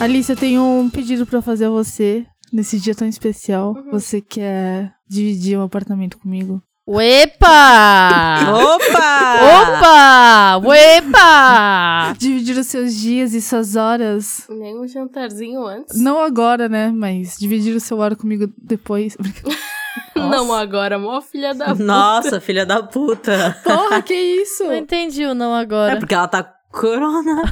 Speaker 5: Alice, eu tenho um pedido pra fazer a você nesse dia tão especial. Você quer dividir um apartamento comigo?
Speaker 3: Uepa!
Speaker 4: Tá. Opa!
Speaker 3: Opa! Uepa!
Speaker 5: Dividir os seus dias e suas horas.
Speaker 6: Nem um jantarzinho antes.
Speaker 5: Não agora, né? Mas dividir o seu hora comigo depois.
Speaker 6: Não agora, mó filha da puta.
Speaker 4: Nossa, filha da puta.
Speaker 5: Porra, que isso?
Speaker 3: Não entendi o não
Speaker 4: É
Speaker 3: agora.
Speaker 4: porque ela tá com corona.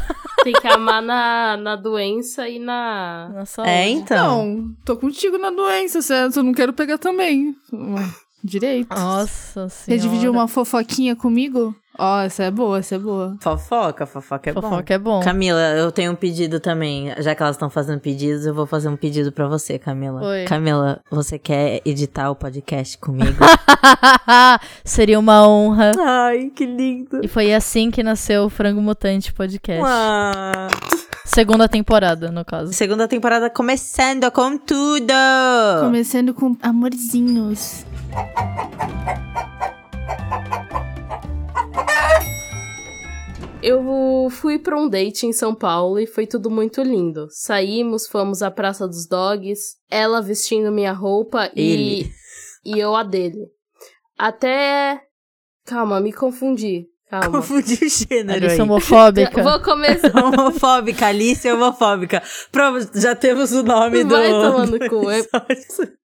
Speaker 6: Tem que amar na, na doença e na.
Speaker 3: Na saúde.
Speaker 4: É, então.
Speaker 5: Não, tô contigo na doença, certo? Eu não quero pegar também. Direito.
Speaker 3: Nossa
Speaker 5: Quer
Speaker 3: senhora.
Speaker 5: dividir uma fofoquinha comigo? Ó, essa é boa, essa é boa.
Speaker 4: Fofoca, fofoca é bom.
Speaker 3: Fofoca é bom.
Speaker 4: Camila, eu tenho um pedido também. Já que elas estão fazendo pedidos, eu vou fazer um pedido pra você, Camila.
Speaker 3: Oi.
Speaker 4: Camila, você quer editar o podcast comigo?
Speaker 3: Seria uma honra.
Speaker 4: Ai, que lindo.
Speaker 3: E foi assim que nasceu o Frango Mutante Podcast.
Speaker 4: Ah.
Speaker 3: Segunda temporada, no caso.
Speaker 4: Segunda temporada começando com tudo! Ah.
Speaker 5: Começando com amorzinhos.
Speaker 6: Eu fui pra um date em São Paulo e foi tudo muito lindo. Saímos, fomos à Praça dos Dogs, ela vestindo minha roupa
Speaker 4: Ele.
Speaker 6: e e eu a dele. Até Calma, me confundi. Calma.
Speaker 4: Confundi o gênero
Speaker 3: Alice é
Speaker 4: aí.
Speaker 3: homofóbica.
Speaker 6: Vou começar.
Speaker 4: Homofóbica, Alice é homofóbica. Pronto, já temos o nome do.
Speaker 6: Vai tomar no
Speaker 4: do
Speaker 6: cu, é-
Speaker 4: episódio.